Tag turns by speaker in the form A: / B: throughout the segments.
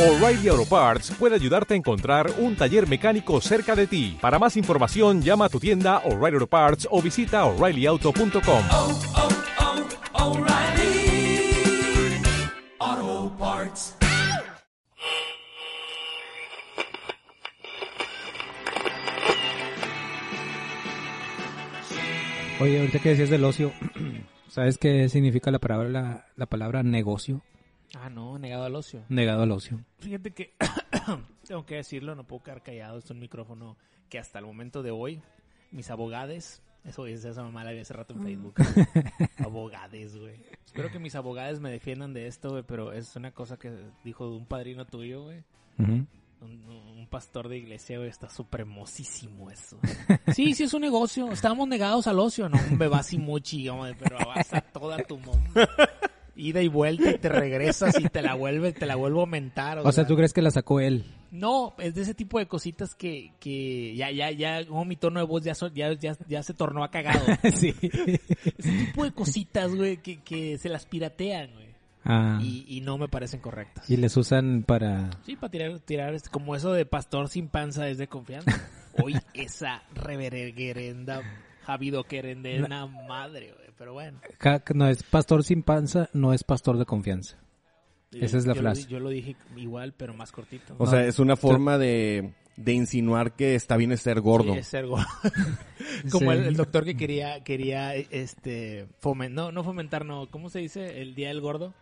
A: O'Reilly Auto Parts puede ayudarte a encontrar un taller mecánico cerca de ti. Para más información, llama a tu tienda O'Reilly Auto Parts o visita oreillyauto.com.
B: oh, oh, O'Reilly Auto Parts.
C: Oye, ahorita que decías del ocio, ¿sabes qué significa la palabra, la, la palabra negocio?
D: Ah, no, negado al ocio.
C: Negado al ocio.
D: Fíjate que tengo que decirlo, no puedo quedar callado. Es un micrófono que hasta el momento de hoy, mis abogades, eso es esa mamá la vi hace rato en Facebook. abogades, güey. Espero que mis abogades me defiendan de esto, güey, pero es una cosa que dijo un padrino tuyo, güey.
C: Ujú.
D: Un, un pastor de iglesia, güey, está súper hermosísimo eso. Sí, sí, es un negocio. Estábamos negados al ocio, ¿no? Un bebasi mochi, hombre, pero vas a toda tu mom. Ida y vuelta y te regresas y te la vuelve, te la vuelvo a mentar.
C: O sea, ¿tú crees que la sacó él?
D: No, es de ese tipo de cositas que, que ya, ya, ya, como mi tono de voz ya, so- ya, ya, ya se tornó a cagado.
C: sí.
D: ese tipo de cositas, güey, que, que se las piratean, güey.
C: Ah, y...
D: Y, y no me parecen correctas.
C: les usan para...
D: Sí, para tirar, tirar este, como eso de pastor sin panza es de confianza. Hoy esa reverenda Javido Querendena madre, güey. Pero bueno.
C: Ja- No es pastor sin panza, no es pastor de confianza. Esa es la
D: Yo lo
C: frase.
D: di- yo lo dije igual, pero más cortito.
E: O
C: No.
E: sea, es una forma de, de insinuar que está bien ser gordo.
D: Sí, es ser gordo. Como
C: Sí.
D: el, el doctor que quería, quería este, fomen- no, no fomentar, no, ¿cómo se dice? El Día del Gordo.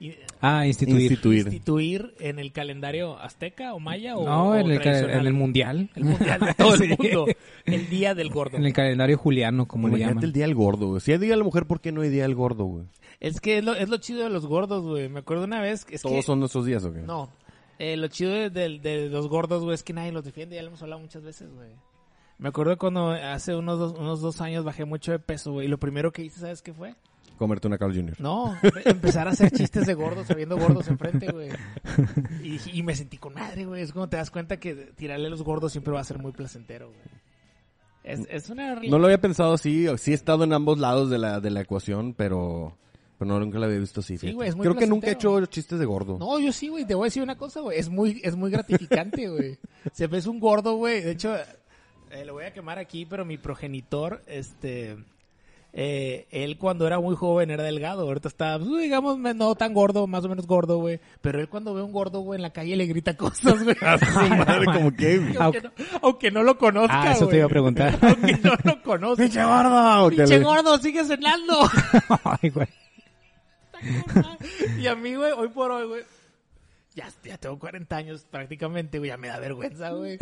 D: Y- eh,
C: Ah, instituir.
E: Instituir.
D: instituir en el calendario azteca o maya o
E: Oh,
C: No,
D: o
C: en el, ca-
D: tradicional?
C: en el mundial.
D: El mundial de todo
C: Sí.
D: el mundo. El Día del Gordo.
C: En el calendario juliano, como le
E: Imagínate
C: llaman.
E: el día del gordo, güey. Si hay día de la mujer, ¿por qué no hay día del gordo, güey?
D: Es que es lo, es lo chido de los gordos, güey. Me acuerdo una vez que... Es
E: Todos
D: que-
E: son nuestros días, ¿o qué?
D: No. Eh, lo chido de, de- de los gordos, güey, es que nadie los defiende. Ya lo hemos hablado muchas veces, güey. Me acuerdo cuando hace unos dos, unos dos años bajé mucho de peso, güey. Y lo primero que hice, ¿sabes qué fue?
E: Comerte una Carl Jr.
D: No, empezar a hacer chistes de gordos, sabiendo gordos enfrente, güey. Y, y me sentí con madre, güey. Es cuando te das cuenta que tirarle a los gordos siempre va a ser muy placentero, güey. Es, es una...
E: No lo había pensado así. Sí he estado en ambos lados de la, de la ecuación, pero, pero no, nunca lo había visto así.
D: Sí,
E: fíjate.
D: güey, es muy
E: Creo que nunca he
D: placentero.
E: hecho chistes de gordo.
D: No, yo sí, güey, te voy a decir una cosa, güey. Es muy, es muy gratificante, güey. Se ves un gordo, güey. De hecho, eh, lo voy a quemar aquí, pero mi progenitor, este. eh, él cuando era muy joven era delgado, ahorita está, pues, digamos, me- no tan gordo, más o menos gordo, güey. Pero él cuando ve a un gordo, güey, en la calle le grita cosas, güey.
E: Madre, como que, güey.
D: aunque, no, aunque no lo conozca,
C: Ah, eso te iba a
D: güey.
C: preguntar.
D: Aunque no lo conozca.
E: ¡Pinche gordo! que
D: ¡Pinche
E: le-
D: gordo, sigue cenando!
C: Ay, güey.
D: Y a mí, güey, hoy por hoy, güey. Ya, ya tengo 40 años prácticamente, güey. Ya me da vergüenza, güey.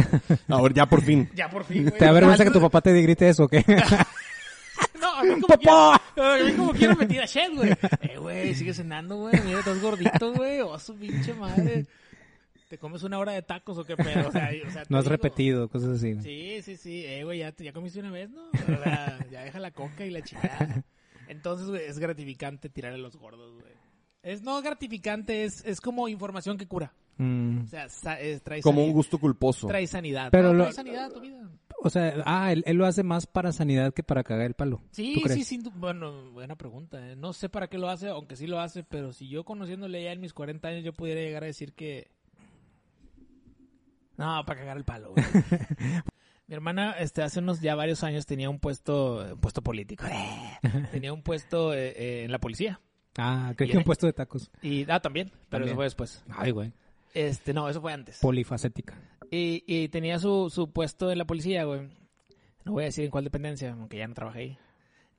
E: Ahora ya por fin.
D: Ya por fin, güey.
C: ¿Te da vergüenza que tu papá te grite eso o qué?
D: No, a mí como
C: ¡Papá!
D: quiera- a mí como quiero me tira shit, güey. Eh, güey, sigue cenando, güey. Mira, estás gordito, güey. O a su pinche madre. ¿Te comes una hora de tacos o qué pedo? O sea, yo- o sea, te
C: No has
D: digo-
C: repetido, cosas así.
D: Sí, sí, sí. Eh, güey, ya, te- ya comiste una vez, ¿no? O sea, ya deja la coca y la chingada. Entonces, güey, es gratificante tirar a los gordos, güey. Es no gratificante, es, es como información que cura.
C: Mm.
D: O sea, sa- eh, trae
E: Como
D: sanidad.
E: un gusto culposo.
D: Trae sanidad.
C: Pero
D: No,
C: lo-
D: trae sanidad a tu vida.
C: O sea, ah, él, él lo hace más para sanidad que para cagar el palo. ¿Tú
D: Sí,
C: crees?
D: sí, sin du- Bueno, buena pregunta. eh. No sé para qué lo hace, aunque sí lo hace, pero si yo conociéndole ya en mis 40 años, yo pudiera llegar a decir que. No, para cagar el palo, güey. Mi hermana, este, hace unos ya varios años tenía un puesto, un puesto político, eh. tenía un puesto eh, eh, en la policía.
C: Ah, creí que un puesto de tacos.
D: Y, ah, también, pero
C: También.
D: eso fue después.
C: Ay, güey.
D: Este, no, eso fue antes.
C: Polifacética.
D: Y, y tenía su, su puesto en la policía, güey. No voy a decir en cuál dependencia, aunque ya no trabajé ahí.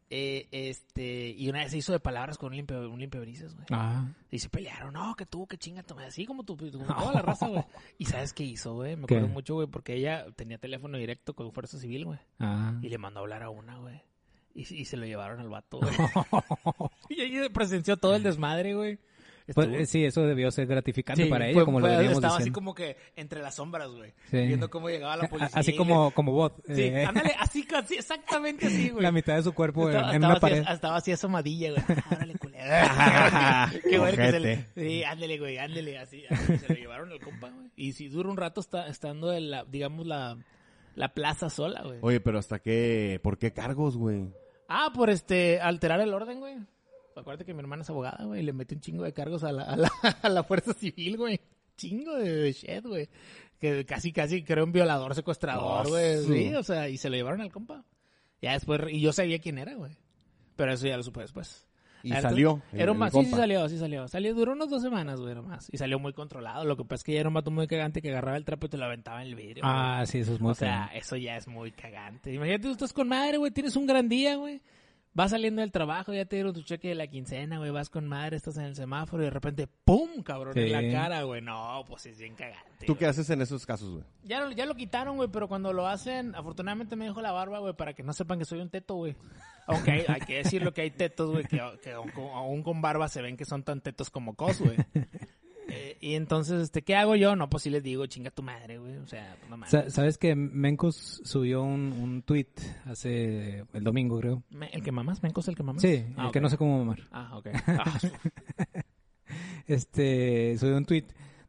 D: Eh, este, y una vez se hizo de palabras con un limpio, un limpiabrisas, güey.
C: Ah.
D: Y se pelearon, no, que tú, que chinga, toma, así como tú, como toda la raza, güey. Y sabes qué hizo, güey. Me
C: ¿Qué?
D: acuerdo mucho, güey, porque ella tenía teléfono directo con Fuerza Civil, güey.
C: Ah.
D: Y le mandó a hablar a una, güey. Y, y se lo llevaron al vato, güey. y ella presenció todo el desmadre, güey.
C: Pues,
D: Estuvo-
C: eh, sí, eso debió ser gratificante
D: Sí,
C: para ella,
D: fue-
C: como lo
D: fue-
C: veníamos
D: Estaba así
C: diciendo.
D: como que entre las sombras, güey.
C: Sí.
D: Viendo cómo llegaba la policía.
C: A- así
D: y
C: como, como bot.
D: le- Sí,
C: eh,
D: ándale, así, así, exactamente así, güey.
C: la mitad de su cuerpo en,
D: Estaba,
C: en
D: estaba
C: una
D: así,
C: pared.
D: estaba así asomadilla, güey. Árale, culera. Qué bueno que se le... Sí, ándale, güey, ándale, así. así se lo llevaron al compa, güey. Y si dura un rato está, estando en la, digamos, la, la plaza sola, güey.
E: Oye, pero hasta qué... ¿Por qué cargos, güey?
D: Ah, por este, alterar el orden, güey. Acuérdate que mi hermana es abogada, güey. y Le metió un chingo de cargos a la, a la, a la fuerza civil, güey. chingo de shit, güey. Que casi, casi, creo un violador secuestrador, güey. Sí, o sea, y se lo llevaron al compa. Ya después, y yo sabía quién era, güey. Pero eso ya lo supe después.
E: Y
D: Entonces,
E: salió el-
D: Era
E: el
D: un ma- sí, sí
E: compa.
D: salió, sí salió. Salió, duró unas dos semanas, güey, nomás. Y salió muy controlado. Lo que pasa es que ya era un vato muy cagante que agarraba el trapo y te lo aventaba en el vidrio. güey.
C: Ah, sí, eso es muy
D: O sea,
C: cañón.
D: eso ya es muy cagante. Imagínate, tú estás con madre, güey, tienes un gran día, güey. Vas saliendo del trabajo, ya te dieron tu cheque de la quincena, güey, vas con madre, estás en el semáforo y de repente, ¡pum! cabrón, en
C: Sí.
D: la cara, güey. No, pues es bien cagante.
E: ¿Tú
D: güey.
E: qué haces en esos casos, güey?
D: Ya, lo- ya lo quitaron, güey, pero cuando lo hacen, afortunadamente me dejó la barba, güey, para que no sepan que soy un teto, güey. Aunque hay, hay que decirlo que hay tetos, güey, que, que aun con- aún con barba se ven que son tan tetos como cos, güey. Eh, y entonces, este, ¿qué hago yo? No, pues sí les digo, chinga tu madre, güey. O sea, pues, no mames.
C: Sa- ¿Sabes que Mencos subió un, un tweet hace el domingo, creo?
D: Me- ¿El que mamás? ¿Me encosta el que mamás?
C: Sí, el
D: Ah,
C: que
D: ok.
C: no sé cómo mamar.
D: Ah, ok. Ah,
C: Este, subió un tweet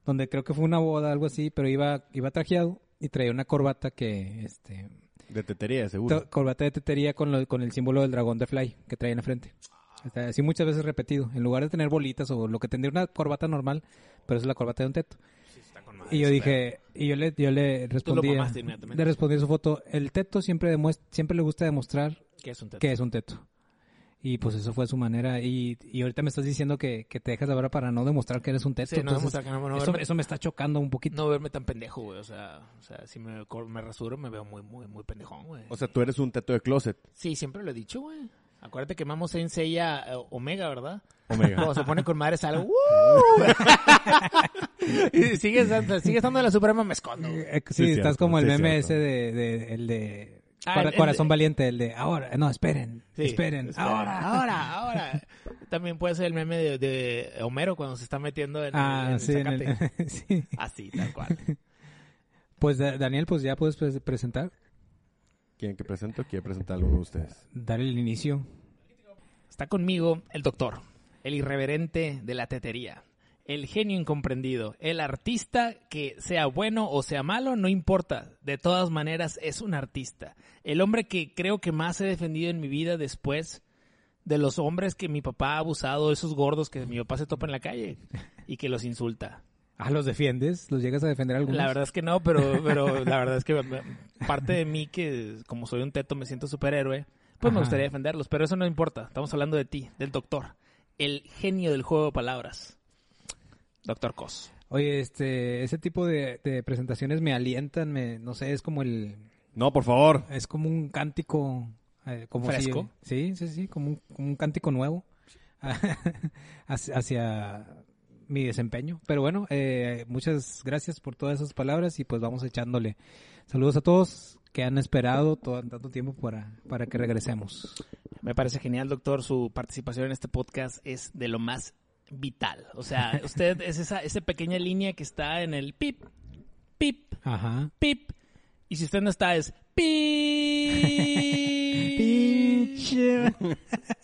C: donde creo que fue una boda, algo así, pero iba, iba trajeado y traía una corbata que, este,
E: De tetería, seguro.
C: to- corbata de tetería con, lo- con el símbolo del dragón de Fly que traía en la frente.
D: Ah.
C: Está así muchas veces repetido. En lugar de tener bolitas o lo que tendría una corbata normal, pero es la corbata de un teto. Y yo dije, y yo le, yo le respondí, a-
D: mamaste inmediatamente.
C: le respondí a su foto, el teto siempre demuest- siempre le gusta demostrar
D: ¿Qué es un teto?
C: que es un teto. Y pues eso fue su manera. Y, y ahorita me estás diciendo que, que te dejas ahora para no demostrar que eres un teto.
D: Sí, no
C: Entonces,
D: demostrar que no- no
C: eso,
D: verme-
C: eso me está chocando un poquito.
D: No verme tan pendejo, güey. O sea, o sea si me, cor- me rasuro me veo muy, muy, muy pendejón, güey.
E: O sea, tú eres un teto de closet.
D: Sí, siempre lo he dicho, güey. Acuérdate que Mamo Saint Seiya eh, Omega, ¿verdad?
E: Omega.
D: Cuando se pone con madre sale ¡Woo! y sigue, estando- sigue estando en la suprema, me escondo, güey.
C: Eh, Sí,
E: Sí,
C: estás
E: cierto,
C: como el
E: sí,
C: meme
E: cierto.
C: ese de, de- el de
D: Ah,
C: Cora-
D: el- el
C: Corazón
D: de-
C: Valiente, el de ahora, no, esperen,
D: Sí,
C: esperen, ahora.
D: ahora, ahora. También puede ser el meme de, de Homero cuando se está metiendo en,
C: Ah,
D: en el
C: sí, en el-
D: zacate.
C: sí.
D: Así, tal cual.
C: Pues Da- Daniel, pues ya puedes pues, presentar,
E: ¿Quieren que presente o quiere presentar alguno de ustedes?
C: dar el inicio.
D: Está conmigo el doctor, el irreverente de la tetería, el genio incomprendido, el artista que sea bueno o sea malo, no importa, de todas maneras es un artista. El hombre que creo que más he defendido en mi vida después de los hombres que mi papá ha abusado, esos gordos que mi papá se topa en la calle y que los insulta.
C: Ah, los defiendes, los llegas a defender algunos.
D: La verdad es que no, pero, pero la verdad es que eh, parte de mí que como soy un teto me siento superhéroe, pues me
C: Ajá.
D: gustaría defenderlos, pero eso no importa. Estamos hablando de ti, del doctor, el genio del juego de palabras. Doctor Cos.
C: Oye, este, ese tipo de, de presentaciones me alientan, me, no sé, es como el,
E: No, por favor.
C: es como un cántico, eh, como si-
D: ¿Fresco?
C: sí, sí, sí, como un, como un cántico nuevo hacia, hacia mi desempeño. Pero bueno, eh, muchas gracias por todas esas palabras y pues vamos echándole. Saludos a todos que han esperado todo, tanto tiempo para, para que regresemos.
D: Me parece genial, doctor, su participación en este podcast es de lo más vital. O sea, usted es esa, esa pequeña línea que está en el pip, pip,
C: Ajá.
D: pip. Y si usted no está es pip.
C: Eh,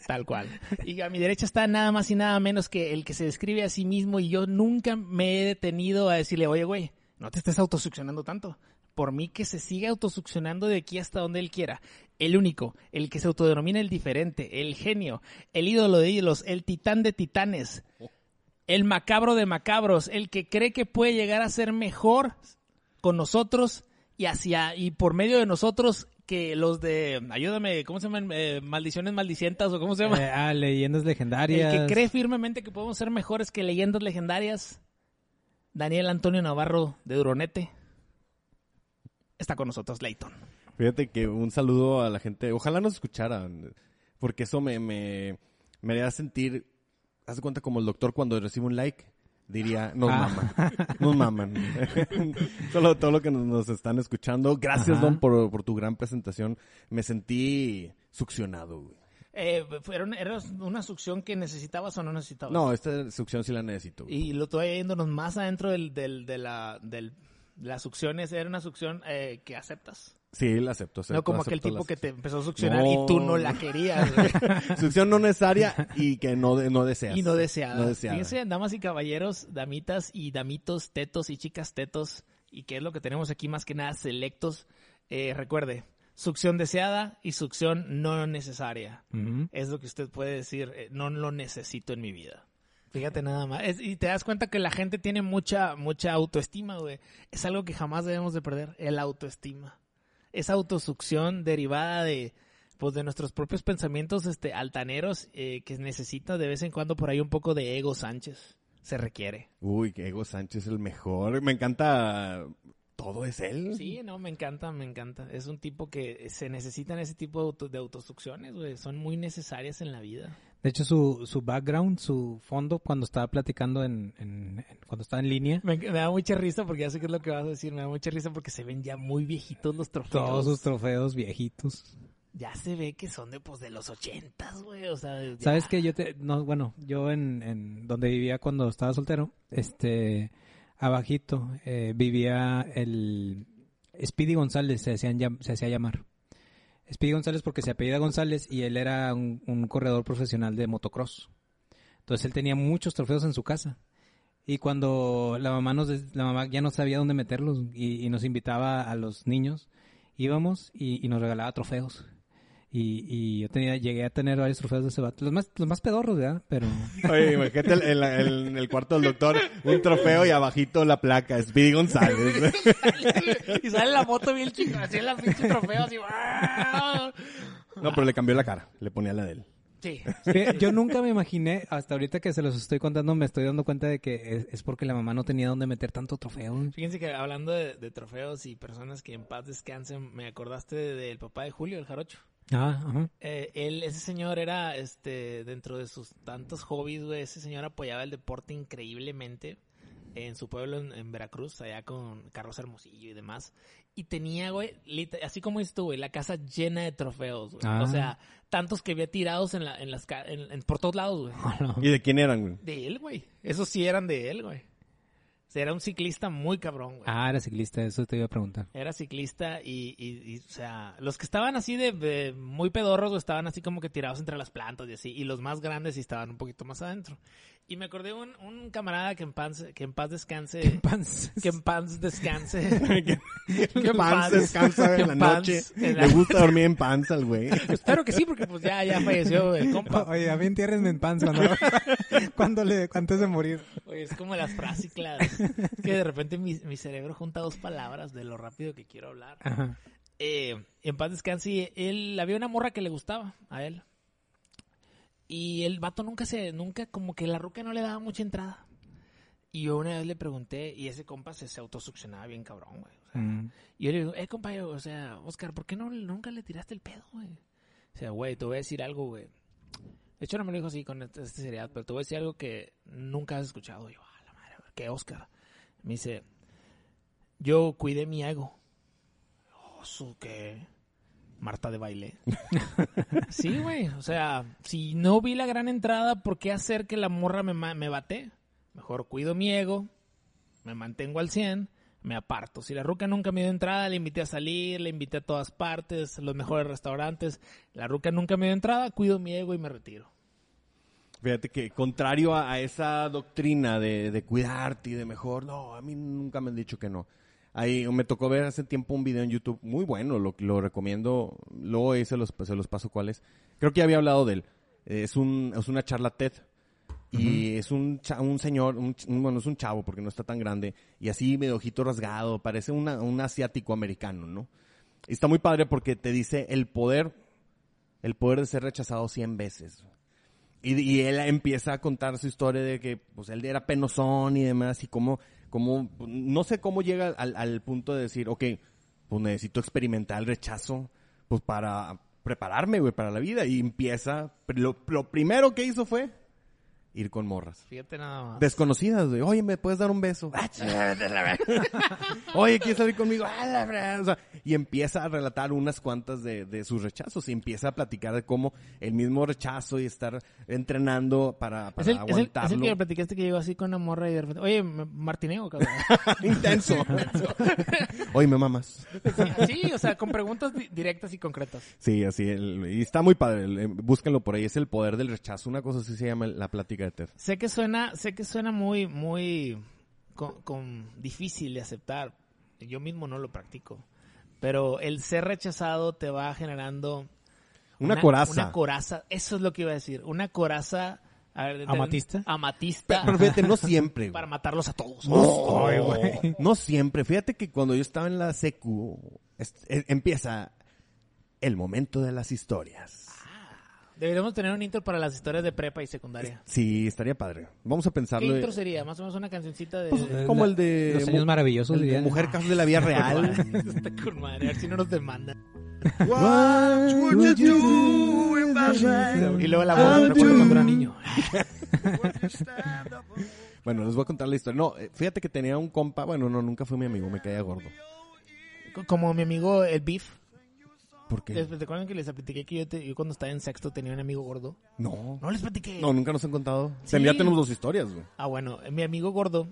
D: Tal cual. Y a mi derecha está nada más y nada menos que el que se describe a sí mismo y yo nunca me he detenido a decirle, oye, güey, no te estés autosuccionando tanto. Por mí que se siga autosuccionando de aquí hasta donde él quiera. El único, el que se autodenomina el diferente, el genio, el ídolo de ídolos, el titán de titanes, el macabro de macabros, el que cree que puede llegar a ser mejor con nosotros y hacia y por medio de nosotros que los de ayúdame cómo se llaman Eh, maldiciones maldicientas o cómo se llama
C: Eh, ah, leyendas legendarias.
D: el que cree firmemente que podemos ser mejores que leyendas legendarias, Daniel Antonio Navarro de Duronete, está con nosotros Leighton.
E: Fíjate que un saludo a la gente. Ojalá nos escucharan. Porque eso me, me, me haría sentir. Haz de cuenta como el doctor cuando recibe un like. Diría, nos
C: Ah.
E: maman. Nos maman. Solo todo lo que nos, nos están escuchando. Gracias,
C: Ajá.
E: Don, por, por tu gran presentación. Me sentí succionado, güey.
D: Eh, fueron, ¿Era una succión que necesitabas o no necesitabas?
E: No, esta succión sí la necesito. güey.
D: Y lo estoy yéndonos más adentro del, del- de la, del- las succiones. ¿Era una succión eh, que aceptas?
E: Sí, la acepto. acepto,
D: no como aquel
E: acepto
D: tipo
E: la
D: que te empezó a succionar
E: No.
D: y tú no la querías. güey.
E: Succión no necesaria y que no, de- no deseas.
D: Y no deseadas.
E: No deseada.
D: Fíjense, damas y caballeros, damitas y damitos, tetos y chicas tetos, y que es lo que tenemos aquí más que nada selectos. Eh, recuerde, succión deseada y succión no necesaria.
C: Ujú.
D: Es lo que usted puede decir, eh, no lo necesito en mi vida. Fíjate nada más. Es- y te das cuenta que la gente tiene mucha, mucha autoestima, güey. Es algo que jamás debemos de perder, el autoestima. Esa autosucción derivada de, pues, de nuestros propios pensamientos este, altaneros eh, que necesita de vez en cuando por ahí un poco de ego Sánchez. Se requiere.
E: Uy, que Ego Sánchez el mejor. Me encanta. Todo es él.
D: Sí, no, me encanta, me encanta. Es un tipo que se necesitan ese tipo de, auto- de autosucciones, güey. Son muy necesarias en la vida.
C: De hecho, su, su background, su fondo, cuando estaba platicando en, en- en- cuando estaba en línea,
D: Me, me da mucha risa porque ya sé qué es lo que vas a decir. Me da mucha risa porque se ven ya muy viejitos los trofeos.
C: todos sus trofeos viejitos.
D: Ya se ve que son de, pues, de los ochentas, güey. O sea, Pues ya.
C: ¿Sabes que Yo te, no, bueno, yo en, en donde vivía cuando estaba soltero, este, abajito, eh, vivía el Speedy González, se, hacían, llam- se hacía llamar. Speedy González porque se apellida González y él era un, un corredor profesional de motocross. Entonces él tenía muchos trofeos en su casa. Y cuando la mamá nos, des- la mamá ya no sabía dónde meterlos y, y nos invitaba a los niños, íbamos y- y nos regalaba trofeos. Y, y yo tenía, llegué a tener varios trofeos de ese vato. Los más, los más pedorros, ¿verdad? Pero.
E: Oye, imagínate el- el- el- en el cuarto del doctor un trofeo y abajito la placa. Speedy González.
D: y sale la moto bien chica, así en la pinche trofeo, así. ¡guau!
E: No, pero le cambió la cara. Le ponía la de él.
D: Sí.
C: Fíjate, Yo nunca me imaginé, hasta ahorita que se los estoy contando, me estoy dando cuenta de que es, es porque la mamá no tenía dónde meter tanto trofeo.
D: Fíjense que hablando de, de trofeos y personas que en paz descansen, me acordaste de- del papá de Julio, el jarocho.
C: Ah, ajá.
D: Eh, él, ese señor era, este, dentro de sus tantos hobbies, güey, ese señor apoyaba el deporte increíblemente en su pueblo, en, en Veracruz, allá con Carlos Hermosillo y demás. Y tenía, güey, lit- así como dices tú, güey, la casa llena de trofeos, güey.
C: Ah.
D: O sea, tantos que había tirados en la, en las, ca- en- en- por todos lados, güey.
E: ¿Y de quién eran, güey?
D: De él, güey. Esos sí eran de él, güey. O sea, era un ciclista muy cabrón, güey.
C: Ah, era ciclista, eso te iba a preguntar.
D: Era ciclista y, y- y, o sea, los que estaban así de, de muy pedorros o estaban así como que tirados entre las plantas y así, y los más grandes sí estaban un poquito más adentro. Y me acordé de un, un camarada que en paz, que en paz descanse,
C: Pants.
D: que en paz descanse.
E: ¿Qué
D: pants?
E: pants descansa
D: ¿Qué
E: en la
D: pants?
E: noche?
D: En la-
E: Le gusta dormir en panza al güey.
D: Claro que sí, porque pues ya, ya falleció el compa.
C: Oye, a mí entiérrenme en pants cuando, cuando le, antes de morir.
D: Oye, es como las frasiclas. que de repente mi, mi cerebro junta dos palabras de lo rápido que quiero hablar.
C: Ajá.
D: eh, en paz descanse, y él había una morra que le gustaba a él. Y el vato nunca se, nunca, como que la ruca no le daba mucha entrada. Y yo una vez le pregunté, y ese compa se, se autosuccionaba bien cabrón, güey. O sea,
C: Mm.
D: y yo le digo, eh, compa, yo, o sea, Oscar, ¿por qué no, nunca le tiraste el pedo, güey? O sea, güey, te voy a decir algo, güey. De hecho, no me lo dijo así con esta, esta seriedad, pero te voy a decir algo que nunca has escuchado. Yo, a la madre, a ver, ¿qué, Oscar? Me dice, yo cuidé mi ego. Oh, su que... Marta de baile. sí, güey. O sea, si no vi la gran entrada, ¿por qué hacer que la morra me, ma- me bate? Mejor cuido mi ego, me mantengo al 100, me aparto. Si la ruca nunca me dio entrada, le invité a salir, le invité a todas partes, los mejores restaurantes. La ruca nunca me dio entrada, cuido mi ego y me retiro.
E: Fíjate que contrario a, a esa doctrina de, de cuidarte y de mejor, no, a mí nunca me han dicho que no. Ahí me tocó ver hace tiempo un video en YouTube muy bueno, lo, lo recomiendo, luego ahí se los, se los paso cuál es. Creo que ya había hablado de él. Eh, Es, un, es una charla TED. Y es un, cha- un señor, un ch- un- bueno, es un chavo porque no está tan grande, y así medio ojito rasgado, parece una- un asiático americano, ¿no? Y está muy padre porque te dice el poder, el poder de ser rechazado 100 veces. Y, y él empieza a contar su historia de que pues él era penosón y demás y cómo, cómo no sé cómo llega al, al punto de decir, ok, pues necesito experimentar el rechazo pues para prepararme, güey, para la vida. Y empieza, lo, lo primero que hizo fue ir con morras.
D: Fíjate nada más.
E: Desconocidas, güey. Oye, ¿me puedes dar un beso? Ah, chingada, de la verga. Oye, ¿quieres salir conmigo? Ah, la verga. O sea, y empieza a relatar unas cuantas de, de sus rechazos y empieza a platicar de cómo el mismo rechazo y estar entrenando para, para
D: Es el, es, el, es
E: aguantarlo.
D: el que me platicaste que llegó así con una morra y de repente, oye, me- Martineo, cabrón.
E: Intenso. Oye, me mamas.
D: sí, o sea, con preguntas di- directas y concretas.
E: Sí, así. el- y está muy padre. el- eh, Búsquenlo por ahí. Es el poder del rechazo. Una cosa así se llama la plática de Ted.
D: Sé que suena, sé que suena muy, muy con, con- difícil de aceptar. Yo mismo no lo practico. Pero el ser rechazado te va generando
E: Una, coraza.
D: Una coraza. Eso es lo que iba a decir. Una coraza A ver, de-
C: ¿Amatista?
D: Amatista.
E: Pero fíjate, no siempre. güey.
D: Para matarlos a todos.
E: No,
C: Ay, güey.
E: no siempre. Fíjate que cuando yo estaba en la secu, es- eh, empieza el momento de las historias.
D: Deberíamos tener un intro para las historias de prepa y secundaria.
E: Sí, estaría padre. Vamos a
D: ¿Qué
E: pensarlo.
D: intro
E: eh,
D: sería? Más o menos una cancioncita de...
C: Eh,
E: Como
C: la-
E: el de...
C: Los años
E: mu-
C: maravillosos,
E: el de
C: dirían.
E: Mujer Casos de la Vida Real.
D: Está con madre, a ver si no nos demandan.
E: What would you do if I
D: Y luego la
E: Ah,
D: voz recuerdo cuando era niño.
E: Bueno, les voy a contar la historia. No, eh, fíjate que tenía un compa. Bueno, no, nunca fue mi amigo, me caía gordo.
D: Co- Como mi amigo el Beef.
E: Porque
D: ¿Les- ¿Te acuerdan que les platiqué que yo, te- yo cuando estaba en sexto tenía un amigo gordo?
E: no,
D: No les platiqué.
E: no, nunca nos han contado.
D: Sí.
E: Ya tenemos dos historias, güey.
D: Ah, bueno, eh, mi amigo gordo,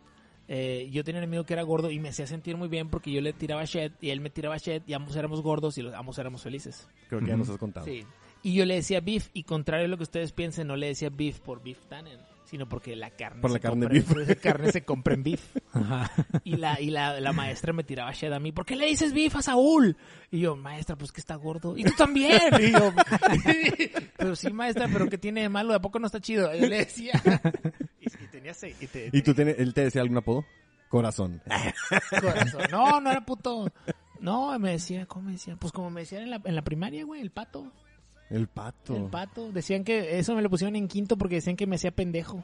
D: eh, yo tenía un amigo que era gordo y me hacía sentir muy bien porque yo le tiraba shit y él me tiraba shit y ambos éramos gordos y los, ambos éramos felices.
E: Creo que ya
C: Ujú.
E: nos has contado.
D: Sí. Y yo le decía beef y contrario a lo que ustedes piensen, no le decía beef por beef tannen, sino porque la carne,
E: Por la
D: se,
E: carne
D: compra,
E: beef.
D: la carne se compra en beef.
C: Ajá.
D: Y la, y la, la maestra me tiraba shit a mí, ¿por qué le dices beef a Saúl? Y yo, maestra, pues que está gordo. Y tú también. Y yo, pero sí, maestra, pero ¿qué tiene de malo? ¿A poco no está chido? Y yo le decía. Y, y tenía se- y te-
E: ¿Y tú ten- él te decía algún apodo? Corazón.
D: corazón. No, no era puto. No, me decía, ¿cómo me decían? Pues como me decían en la, en la primaria, güey, el pato.
E: El pato.
D: El pato. Decían que eso me lo pusieron en quinto porque decían que me hacía pendejo.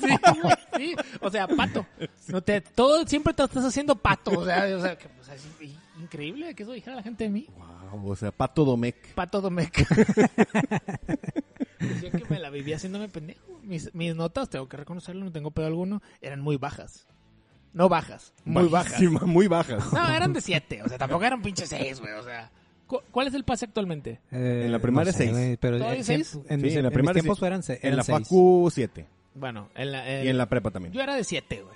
D: sí, güey, sí. O sea, pato. No te, todo, siempre te estás haciendo pato. O sea, o sea, que, o sea, es in- increíble que eso dijera la gente de mí.
E: Wow, o sea, pato Domecq.
D: Pato Domecq. Decían que me la vivía haciéndome pendejo. Mis, mis notas, tengo que reconocerlo, no tengo pedo alguno, eran muy bajas. No bajas, muy bajas.
E: Bajísima, Muy bajas.
D: No, eran de 7, o sea, tampoco eran pinches 6, güey, o sea. ¿Cu- ¿Cuál es el pase actualmente?
C: Eh,
E: En la primaria
C: no sé,
E: seis.
C: güey, pero
D: ¿Todavía
C: eh,
D: seis?
C: siempre- En,
E: Sí, en la
C: en mis
E: primaria
C: tiempos
E: sí.
C: eran, se-
E: En
C: eran
E: la
C: seis. Eh,
E: facu 7.
D: Bueno, en la,
E: Y en la prepa también.
D: yo era de 7, güey.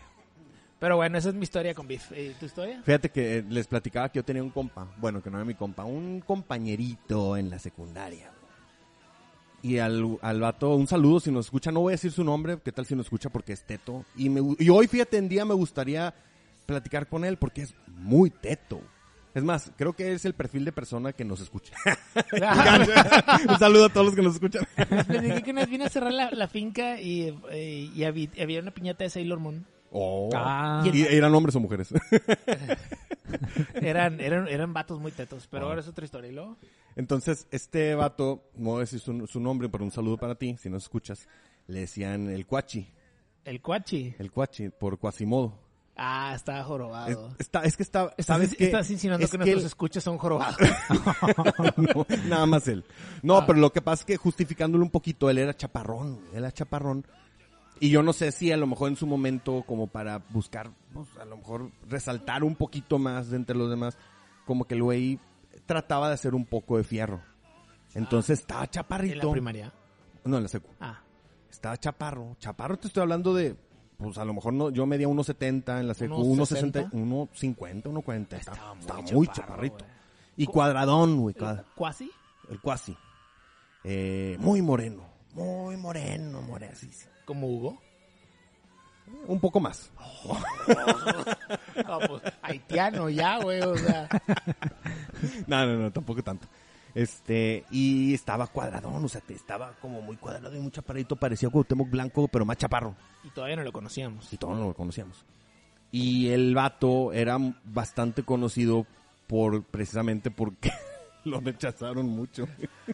D: Pero bueno, esa es mi historia con Biff. ¿Y tu historia?
E: Fíjate que eh, les platicaba que yo tenía un compa, bueno, que no era mi compa, un compañerito en la secundaria. Y al, al vato, un saludo, si nos escucha, no voy a decir su nombre, qué tal si nos escucha porque es teto. Y, me gu- y hoy, fíjate, en día me gustaría platicar con él porque es muy teto. Es más, creo que es el perfil de persona que nos escucha. un saludo a todos los que nos escuchan.
D: Les dije que una vez vine a cerrar la, la finca y, eh, y habí- había una piñata de Sailor Moon.
E: Oh.
C: Ah.
E: ¿Y eran hombres o mujeres?
D: Eran, eran, eran vatos muy tetos, pero ahora es otra historia. ¿Y luego?
E: Entonces, este vato, no voy a decir su, su nombre, pero un saludo para ti, si nos escuchas, le decían el cuachi.
D: El cuachi.
E: El cuachi, por Quasimodo.
D: Ah, estaba
E: Es,
D: jorobado.
E: está, es que está,
D: Estás,
E: ¿sabes qué?
D: estás insinuando
E: Es
D: que, nuestros
E: él-
D: escuchas son jorobados.
E: No, nada más él. No,
D: Ah.
E: pero lo que pasa es que justificándolo un poquito, él era chaparrón, él era chaparrón. Y yo no sé si a lo mejor en su momento, como para buscar, pues, a lo mejor resaltar un poquito más de entre los demás, como que el güey trataba de hacer un poco de fierro. Entonces estaba
D: en la
E: chaparrito.
D: primaria.
E: no, en la secu.
D: Ah.
E: Estaba chaparro. Chaparro te estoy hablando de, pues a lo mejor no, yo medía 1.70 en la secu,
D: 1.60,
E: 1.60, 1.50, 1.40.
D: Estaba
E: Estaba,
D: muy
E: estaba muy
D: chaparro, eh.
E: chaparrito.
D: güey.
E: Y cuadradón, güey,
D: ¿El
E: cuadra-
D: cuasi?
E: el cuasi. Eh, muy moreno, muy moreno, moreno. sí, sí.
D: ¿Como Hugo?
E: Un poco más.
D: No, pues, haitiano ya, güey, o sea.
E: No, no, no, tampoco tanto. Este, y estaba cuadradón, o sea, te estaba como muy cuadrado y muy chaparrito, parecía Cuauhtémoc Blanco, pero más chaparro.
D: Y todavía no lo conocíamos.
E: y todos pues, lo conocíamos. Y el vato era bastante conocido por precisamente porque lo rechazaron mucho.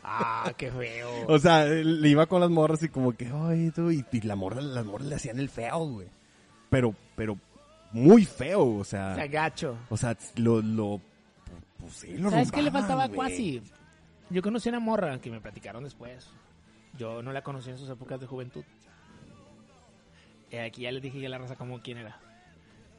D: Ah, qué feo.
E: O sea, él le iba con las morras y como que, ay, tú", y, y la morra, las morras le hacían el feo, güey. Pero, pero muy feo, o sea,
D: O sea, gacho.
E: o sea, lo, lo, pues sí, lo
D: ¿Sabes qué le
E: rumbaban,
D: faltaba a
E: güey.
D: Quasi? Yo conocí una morra que me platicaron después. Yo no la conocí en sus épocas de juventud. Eh, aquí ya les dije que la raza como quién era.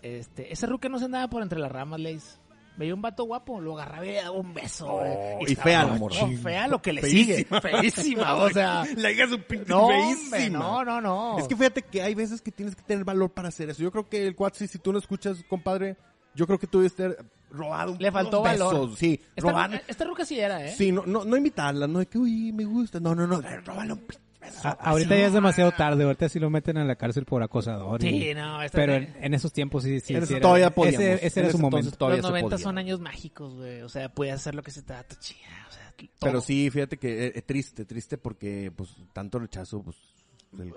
D: Este, ese ruque no se andaba por entre las ramas, Leis. Veía un vato guapo, lo agarraba y le daba un beso. güey.
E: y
D: estaba-
E: fea la morra.
D: oh, fea lo que le
E: Feísima.
D: sigue. Feísima, o sea.
E: La hija su pinche
D: No,
E: feísima.
D: hombre, no, no, no.
E: Es que fíjate que hay veces que tienes que tener valor para hacer eso. Yo creo que el Quatsi, si tú no escuchas, compadre, yo creo que tú debes ter robado un
D: Le faltó valor.
E: Sí,
D: esta,
E: robar.
D: ruca- esta ruca sí era, ¿eh?
E: Sí, no, no, no invitarla, no de que, uy, me gusta. No, no, no, róbalo un pinche beso.
C: A- ahorita ya es demasiado tarde, ahorita sí lo meten a la cárcel por acosador.
D: Sí,
C: y-
D: no, esta-
C: Pero en, en esos tiempos sí, sí.
E: En
C: sí
E: eso
C: era-
E: todavía podíamos.
C: Ese, ese
E: En
C: era
E: ese
C: su
E: entonces
C: momento.
E: todavía
D: Los
E: se
D: 90
E: podía.
D: son años mágicos, güey. O sea, podías hacer lo que se te da tu chida. O sea, todo.
E: eh, Pero sí, fíjate que es triste, triste porque, pues, tanto rechazo, pues, del-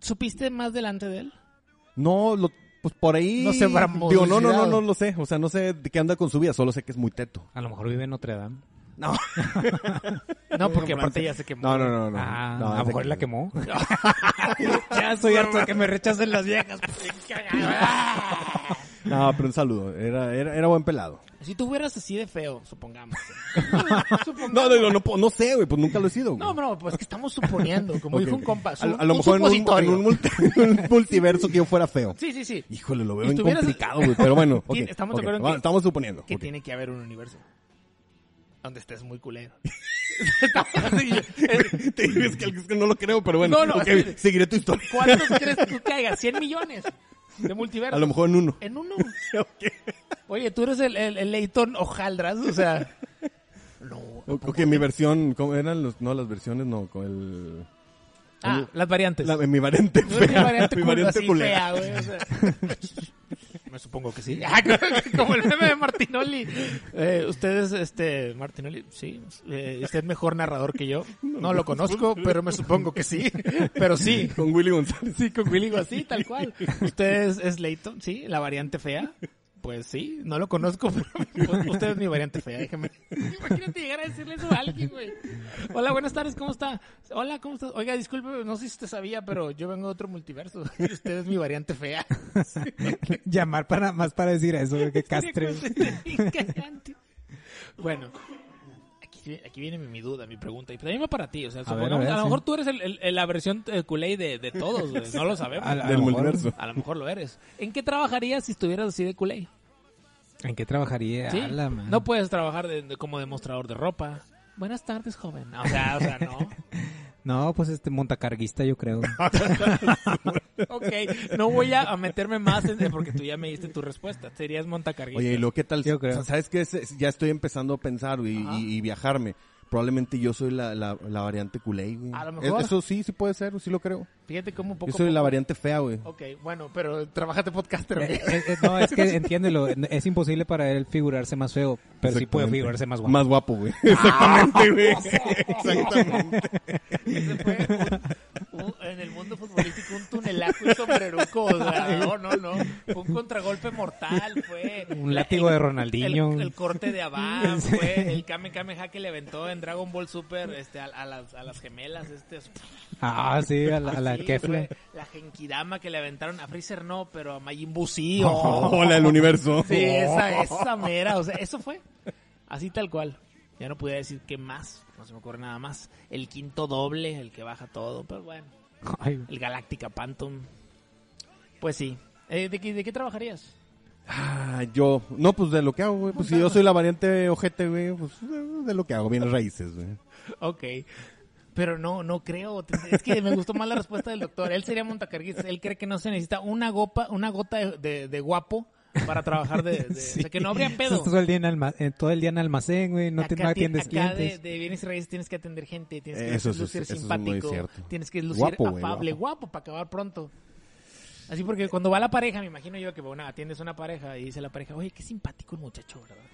D: ¿Supiste más delante de él?
E: No, lo- pues por ahí.
D: No sé, Brambo,
E: Digo, no, no, no,
D: suicidado.
E: no lo sé. O sea, no sé de qué anda con su vida, solo sé que es muy teto.
C: A lo mejor vive en Notre Dame.
E: No.
D: No, porque aparte ya se quemó.
E: No, no, no, no.
C: ah,
E: No,
C: a
E: sé
C: lo mejor
E: que-
C: la quemó. ya estoy harto de que me rechacen las viejas.
E: No, pero un saludo. Era, era, era buen pelado.
D: Si tú fueras así de feo, supongamos.
E: No, no, no, no, po- no sé, güey. Pues nunca lo he sido. güey.
D: No, no, pues que estamos suponiendo, como
E: Ok,
D: dijo un
E: ok.
D: compa. su-
E: a, a lo
D: un
E: mejor en un,
D: supositorio.
E: en un multi- un multiverso que yo fuera feo.
D: Sí, sí, sí.
E: Híjole, lo
D: Y
E: veo bien
D: estuvieras-
E: complicado, güey. Pero bueno. ok,
D: Tiene- estamos de
E: ok,
D: acuerdo en
E: va-
D: que-
E: estamos suponiendo.
D: Que
E: ok.
D: tiene que haber un universo donde estés muy culero. Sí, eh,
E: Te digo, es que, es que no lo creo, pero bueno.
D: No, no,
E: ok,
D: espérate.
E: seguiré tu historia.
D: ¿Cuántos crees tú que haya? ¿100 millones de multiversos?
E: A lo mejor en uno.
D: En uno. Oye, tú eres el, el, el Leighton Ojaldras, o sea. No.
E: O- Ok, mi versión, ¿cómo eran los, no, las versiones, no, con el...
D: Ah, las variantes.
E: La, mi variante
D: Tú eres
E: fea.
D: mi variante,
E: mi
D: culo,
E: variante
D: así,
E: culera.
D: fea, güey, o sea. Me supongo que sí. Ah, Como el meme de Martinoli. Eh, ustedes, este, Martinoli, sí. Eh, usted es mejor narrador que yo. No lo conozco, pero me supongo que sí. Pero sí.
E: Con Willy González.
D: Sí, con Willy así, tal cual. Usted es, es Leighton, sí, la variante fea. Pues sí, no lo conozco, pero usted es mi variante fea, déjeme. Imagínate llegar a decirle eso a alguien, güey. Hola, buenas tardes, ¿cómo está? Hola, ¿cómo estás? Oiga, disculpe, no sé si usted sabía, pero yo vengo de otro multiverso. Y usted es mi variante fea.
C: Llamar para más para decir eso, güey, que castre.
D: Cagante. bueno, aquí, aquí viene mi, mi duda, mi pregunta. Y pues, también va para ti. O sea,
C: ver,
D: supongamos- a,
C: a ver,
D: lo
C: sí.
D: mejor tú eres el, el- el- la versión eh, culé de, de todos, güey. No lo sabemos.
C: A la-
E: Del
C: lo mejor.
E: multiverso.
D: A lo mejor lo eres. ¿En qué trabajarías si estuvieras así de culé?
C: ¿En qué trabajaría?
D: ¿Sí?
C: Ala, man.
D: No puedes trabajar de- de- como demostrador de ropa. Buenas tardes, joven. O sea, o sea, no.
C: No, pues este montacarguista yo creo. Eh,
D: ok, no voy a, a meterme más en- porque tú ya me diste tu respuesta. Serías montacarguista.
E: Oye, ¿y lo qué tal?
C: Yo creo.
E: O sea, ¿Sabes qué? Es- Ya estoy empezando a pensar güey, y, y- y viajarme. Probablemente yo soy la, la, la variante culé, güey.
D: A lo mejor.
E: Es- Eso sí, sí puede ser, sí lo creo.
D: Fíjate cómo poco.
E: Yo soy
D: a
E: la
D: poco-
E: variante fea, güey.
D: Ok, bueno, pero trabajate podcaster. güey.
C: Eh, eh, eh, no, es que entiéndelo, es imposible para él figurarse más feo, pero sí puede
E: Exactamente.
C: figurarse más guapo.
E: Más guapo, güey.
D: Ah,
E: Exactamente, güey. Exactamente.
D: Ese fue un- un- en el mundo futbolístico un tunelazo y sombreruco. O sea, no, no, no. Fue un contragolpe mortal, fue.
C: Un látigo de Ronaldinho.
D: El, el corte de Abad,
C: Sí.
D: fue. El Kame Kameha que le aventó en Dragon Ball Super este, a, a las, a las gemelas. Este, pues
C: Ah, sí, a la, a la
D: Sí,
C: Kefla.
D: fue La Genkidama que le aventaron a Freezer, no, pero a Majin Buu sí. oh.
E: Hola, el universo.
D: Sí, esa, esa mera, o sea, eso fue. Así tal cual. Ya no pude decir qué más, no se me ocurre nada más. El quinto doble, el que baja todo, pero bueno.
C: Ay,
D: El Galactica Phantom. Pues sí. Eh, ¿de, qué, de qué trabajarías?
E: Ah, yo, no, pues de lo que hago, güey. Pues si yo soy la variante ojete, güey, pues eh, de lo que hago, bien raíces, güey.
D: Ok. Pero no, no creo. Es que me gustó más la respuesta del doctor. Él sería montacarguista. Él cree que no se necesita una, gopa, una gota de, de- de guapo para trabajar de... de- O sea, que no habría pedo.
C: Estás todo el día en, alma- eh, todo el día en almacén, güey, no, te,
D: Acá
C: no
D: ti-
C: atiendes
D: acá de,
C: clientes.
D: de bienes y raíces tienes que atender gente, tienes que
E: Eso sí,
D: lucir
E: eso es muy
D: simpático,
E: cierto.
D: tienes que lucir
E: Guapo, güey,
D: afable, guapo. para acabar pronto. Así porque cuando va la pareja, me imagino yo que bueno, atiendes a una pareja y dice la pareja, oye, qué simpático el muchacho, ¿verdad?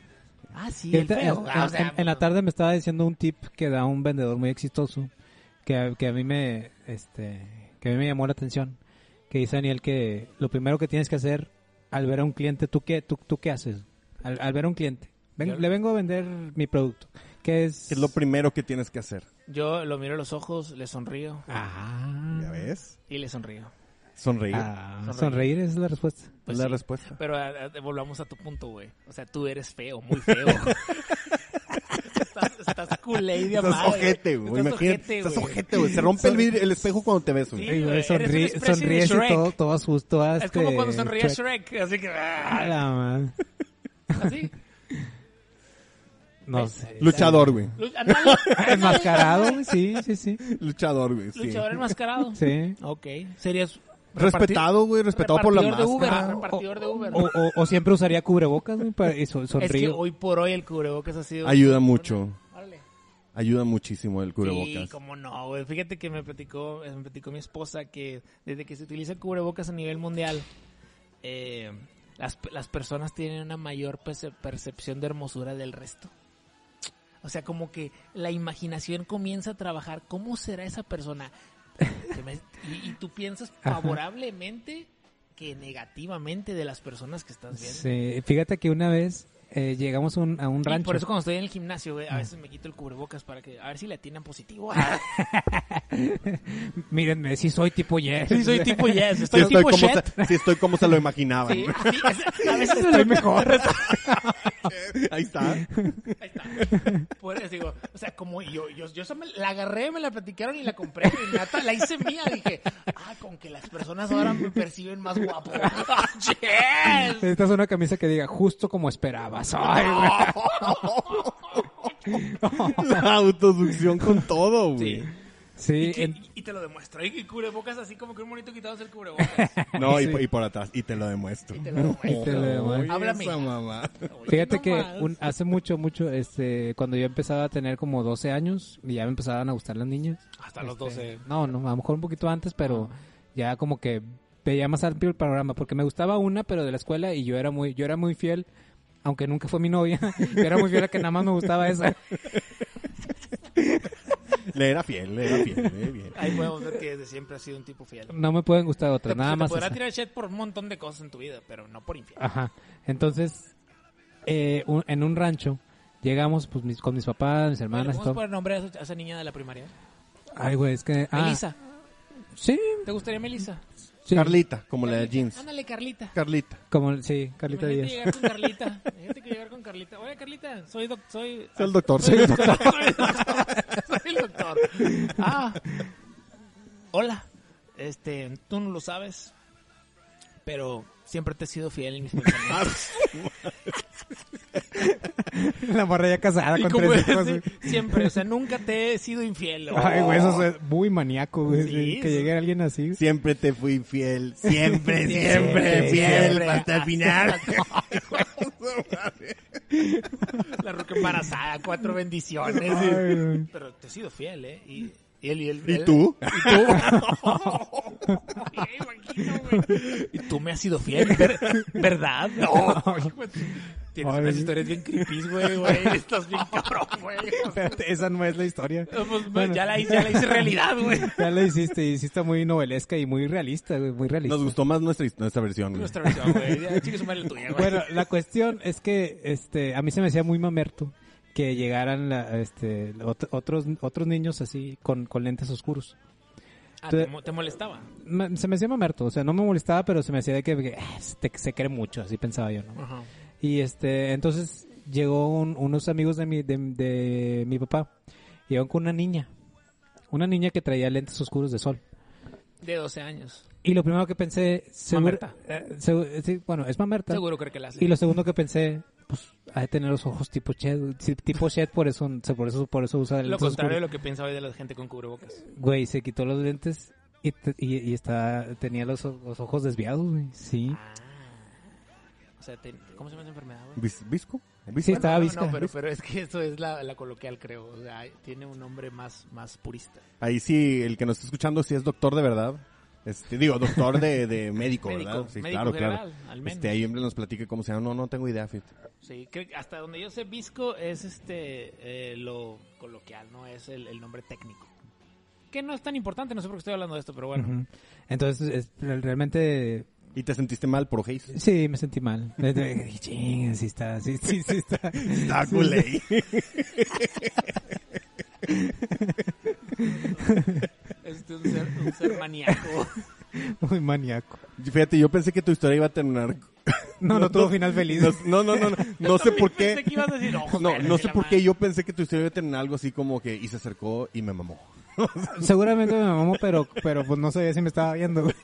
D: Ah, sí,
C: Y
D: el
C: ahorita,
D: feo.
C: eh,
D: Ah, o
C: en-
D: sea,
C: en, en la
D: no.
C: tarde me estaba diciendo un tip que da un vendedor muy exitoso que, a- que a mí me este que a mí me llamó la atención que dice Daniel que lo primero que tienes que hacer al ver a un cliente tú qué tú, tú qué haces al, al ver a un cliente Ven-
D: Yo-
C: le vengo a vender mi producto que es
E: Es lo primero que tienes que hacer.
D: Yo lo miro a los ojos, le sonrío
C: ah,
E: ¿Ya ves?
D: y le sonrío.
E: Sonreír.
C: ah,
D: Sonreír.
C: sonreír esa es la respuesta
D: Pues
E: es la
D: sí.
E: respuesta.
D: Pero ah, ah, volvamos a tu punto, güey. O sea, tú eres feo, muy feo. estás, estás culé de
E: Estás
D: madre.
E: ojete, güey.
D: Estás
E: Imagínate,
D: ojete,
E: estás
D: güey.
E: ojete, güey. Se rompe el, vid- el espejo cuando te ves, güey.
D: Sí, güey, eres un
C: sonríe-
D: expressive
C: sonríes y
D: Shrek.
C: todo todo asusto
D: Es como
E: Este,
D: cuando sonríe
C: este, Shrek.
D: Shrek, así que...
C: Ah,
D: ah,
C: la man.
D: Así.
C: no sé
E: Luchador, güey.
D: Lucha- ándale,
C: enmascarado güey, sí sí sí
E: Luchador, güey. sí.
D: Luchador enmascarado.
C: sí
D: Ok. Serías...
E: Respetado, güey. Respetado por la
D: repartidor de Uber,
E: máscara.
D: repartidor de Uber.
C: O, o- o siempre usaría cubrebocas güey, para- y son-
D: es que
C: sonrío.
D: hoy por hoy el cubrebocas ha sido...
E: Ayuda mucho.
D: Órale.
E: Ayuda muchísimo el cubrebocas.
D: Sí, cómo no, güey. Fíjate que me platicó, eh, me platicó mi esposa que desde que se utiliza el cubrebocas a nivel mundial, eh, las, las personas tienen una mayor perce- percepción de hermosura del resto. O sea, como que la imaginación comienza a trabajar. ¿Cómo será esa persona? Se me- y, y tú piensas favorablemente que negativamente de las personas que estás viendo.
C: Sí, fíjate que una vez eh, llegamos un- a un
D: Y
C: rancho.
D: por eso cuando estoy en el gimnasio, güey, a veces me quito el cubrebocas para que a ver si le atinan positivo.
C: Mírenme, eh, sí soy tipo yes.
D: Sí, soy tipo yes,
E: Si
D: estoy
E: estoy,
D: tipo
E: como
D: shit.
E: se, sí estoy como se lo imaginaba.
D: Sí, sí, es- a veces
C: Soy
D: estoy
C: mejor.
E: Ahí está.
D: Ahí está. Por eso digo, o sea, como yo, yo, yo esa me la agarré, me la platicaron y la compré. Y nata, la hice mía. Dije, ah, con que las personas ahora me perciben más guapo. yes.
C: Esta es una camisa que diga, justo como esperabas. Ay, güey.
E: La autosucción con todo, güey.
D: Sí.
C: Sí,
D: Y, que-
C: en-
D: y te lo demuestro. Y que cubrebocas así como que un monito quitado es el cubrebocas.
E: No, y,
C: Sí.
E: por- y por atrás. Y te lo demuestro.
D: Te lo demuestro.
C: te lo demuestro.
D: Háblame.
E: Esa mamá.
D: Oye,
C: Fíjate
D: no
C: que
D: más.
C: un- hace mucho, mucho, este, cuando yo empezaba a tener como 12 años, y ya me empezaban a gustar las niñas.
D: Hasta los
C: Este,
D: 12.
C: No, no, a lo mejor un poquito antes, pero ya como que veía más amplio el panorama, porque me gustaba una, pero de la escuela, y yo era muy, yo era muy fiel, aunque nunca fue mi novia, yo era muy fiel a que nada más me gustaba esa.
E: Le era fiel, le era fiel, le era fiel.
D: Ahí podemos ver que desde siempre has sido un tipo fiel.
C: No me pueden gustar
D: Te,
C: otras,
D: se
C: nada
D: te
C: más. Ah,
D: podrá
C: esa.
D: tirar shit por un montón de cosas en tu vida, pero no por infiel.
C: Ajá. Entonces, eh, un- en un rancho, llegamos pues mis- con mis papás, mis
D: Bueno,
C: hermanas,
D: ¿Cómo se
C: todo.
D: puede nombrar a esa- a esa niña de la primaria?
C: Ay, güey, es que... ah,
D: Melissa.
C: Sí,
D: ¿Te gustaría Melissa?
C: sí.
E: Carlita, como la de
D: Carlita,
E: jeans.
D: Ándale, Carlita.
E: Carlita.
C: Como, sí, Carlita
D: Imagínate
C: Díaz.
D: llegar con Carlita. Imagínate que llegar con Carlita. Oye, Carlita, soy doc- soy
E: Es el doctor.
D: soy el doctor. Soy el doctor. Soy el doctor. Ah. Hola. Este, tú no lo sabes, pero siempre te he sido fiel en mis pensamientos.
C: La morra ya casada
D: Y
C: con
D: como
C: tres
D: es,
C: hijos.
D: sí, siempre, o sea, nunca te he sido infiel.
C: Ay, güey, eso es muy maníaco, güey.
D: Sí,
C: que
D: eso-
C: llegue alguien así.
E: Siempre te fui fiel. Siempre,
D: siempre,
E: siempre fiel.
D: siempre.
E: Hasta el final.
D: La roca embarazada, cuatro bendiciones.
C: Ay, güey.
D: Pero te he sido fiel, ¿eh? Y, y él y él.
E: ¿Y
D: él-
E: tú?
D: Ey, Juanquito, güey. Y tú me has sido fiel, ver- ¿verdad? No. Tienes
C: Ay.
D: unas historias bien creepy, güey, güey. Estás bien cabrón, güey.
C: Espérate, esa no es la historia.
D: Pues, pues,
C: Bueno.
D: ya, la hice, ya la hice realidad, güey.
C: Ya la hiciste, y sí está muy novelesca y muy realista, güey, muy realista.
E: Nos gustó más nuestra, nuestra versión. güey.
D: Nuestra versión, güey. Ya, Chica, su madre la tuya, güey.
C: Bueno, la cuestión es que este a mí se me hacía muy mamerto que llegaran la, este, ot- otros otros niños así con, con lentes oscuros.
D: Ah, te, mo- te molestaba.
C: Me- se me hacía mamerto, o sea, no me molestaba, pero se me hacía de que, que, ah, este, que se cree mucho, así pensaba yo, ¿no?
D: Ajá.
C: Y este, entonces llegó un- unos amigos de mi, de, de mi papá, llegaron con una niña, una niña que traía lentes oscuros de sol.
D: De 12 años.
C: Y lo primero que pensé, seguro,
D: Mamerta.
C: eh, segu- sí, bueno, es mamerta.
D: Seguro creo que la hace.
C: Y lo segundo que pensé, pues, ha de tener los ojos tipo Chet, sí, tipo Chet, por eso, se- por eso, por eso usa
D: Lo
C: lentes
D: contrario de
C: oscuros.
D: lo que piensa hoy de la gente con cubrebocas.
C: Güey, se quitó los lentes y, te- y, y está, tenía los, o- los ojos desviados, güey, sí.
D: Ah. O sea, te- ¿cómo se llama esa enfermedad, güey?
E: ¿Vis- ¿Visco?
C: Sí,
E: ¿Visco?
C: estaba
D: No,
C: visca.
D: No, pero, pero es que eso es la, la coloquial, creo. O sea, tiene un nombre más, más purista.
E: Ahí sí, el que nos está escuchando sí es doctor de verdad. Este, digo, doctor de, de médico, ¿verdad?
D: Médico,
E: Sí,
D: médico
E: claro,
D: general,
E: claro.
D: al menos.
E: Este, ahí hombre nos platique cómo se llama. No, no tengo idea, Fit.
D: Sí, creo que hasta donde yo sé, visco es este eh, lo coloquial, no es el, el nombre técnico. Que no es tan importante, no sé por qué estoy hablando de esto, pero bueno.
C: Ujú. Entonces, es- realmente,
E: ¿Y te sentiste mal por Hayes?
C: sí, me sentí mal. Dije, "Chin, sí está, sí, sí, sí está.
E: Está cool ahí.
D: Este es un ser, un ser maníaco.
C: Muy maníaco.
E: Fíjate, yo pensé que tu historia iba a terminar.
C: No, no, tuvo final feliz.
E: No, no, no, no, no sé por qué.
D: Pensé que ibas a decir, "Ojos
E: No,
D: verdes
E: no
D: de
E: sé
D: la
E: por
D: madre".
E: qué yo pensé que tu historia iba a terminar algo así como que y se acercó y me mamó.
C: Seguramente me mamó, pero, pero pues no sabía si me estaba viendo, güey.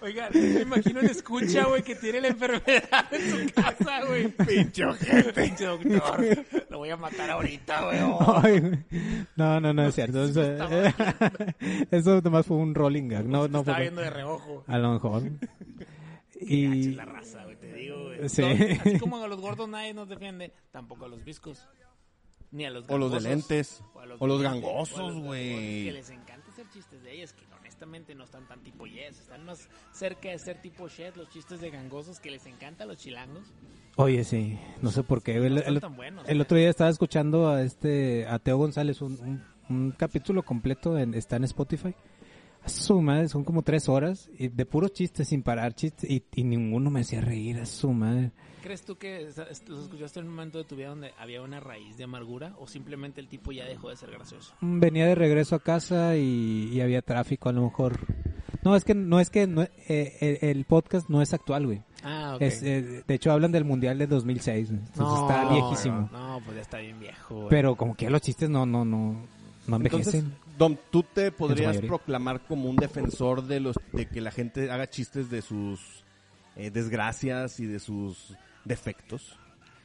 D: Oiga, me imagino el escucha, güey, que tiene la enfermedad en su casa, güey.
E: Pincho gente.
D: Pinche doctor, lo voy a matar ahorita, güey. Oh.
C: Ay, güey. no, no, no es cierto. Eso, eso nomás fue un rolling gag. No, no
D: Estaba
C: fue.
D: Pues viendo de reojo.
C: A lo mejor.
D: Gacha es
C: Y
D: la raza, güey, te digo, güey.
C: Sí.
D: No, así como a los gordos nadie nos defiende, tampoco a los viscos. Ni a los
E: O los de
D: gangosos,
E: lentes, o los
D: de lentes,
E: gangosos,
D: o a los
E: güey.
D: gangosos, Que les encanta hacer chistes de ellos, que no es honestamente no están tan tipo yes, están más cerca de ser tipo shit, los chistes de gangosos que les encanta a los chilangos.
C: Oye, sí, no sé por qué. El,
D: no ¿eh? están
C: el-
D: tan buenos.
C: el otro día estaba escuchando a este a Teo González un, un- un capítulo completo en, está en Spotify. A Su madre, son como tres horas y de puros chistes sin parar chistes y, y ninguno me hacía reír a su madre.
D: ¿Crees tú que esa- est- los escuchaste en un momento de tu vida donde había una raíz de amargura o simplemente el tipo ya dejó de ser gracioso?
C: Mm, Venía de regreso a casa y, y había tráfico a lo mejor. No, es que no es que no- eh, eh, el podcast no es actual, güey.
D: Ah, ok.
C: Es, eh, de hecho hablan del Mundial de 2006, güey. entonces
D: No,
C: pues está
D: no,
C: viejísimo.
D: No, pues ya está bien viejo. güey.
C: Pero como que los chistes no no no no envejecen.
E: Entonces, Dom, ¿tú te podrías
C: mayoría.
E: proclamar como un defensor de los de que la gente haga chistes de sus eh, desgracias y de sus defectos?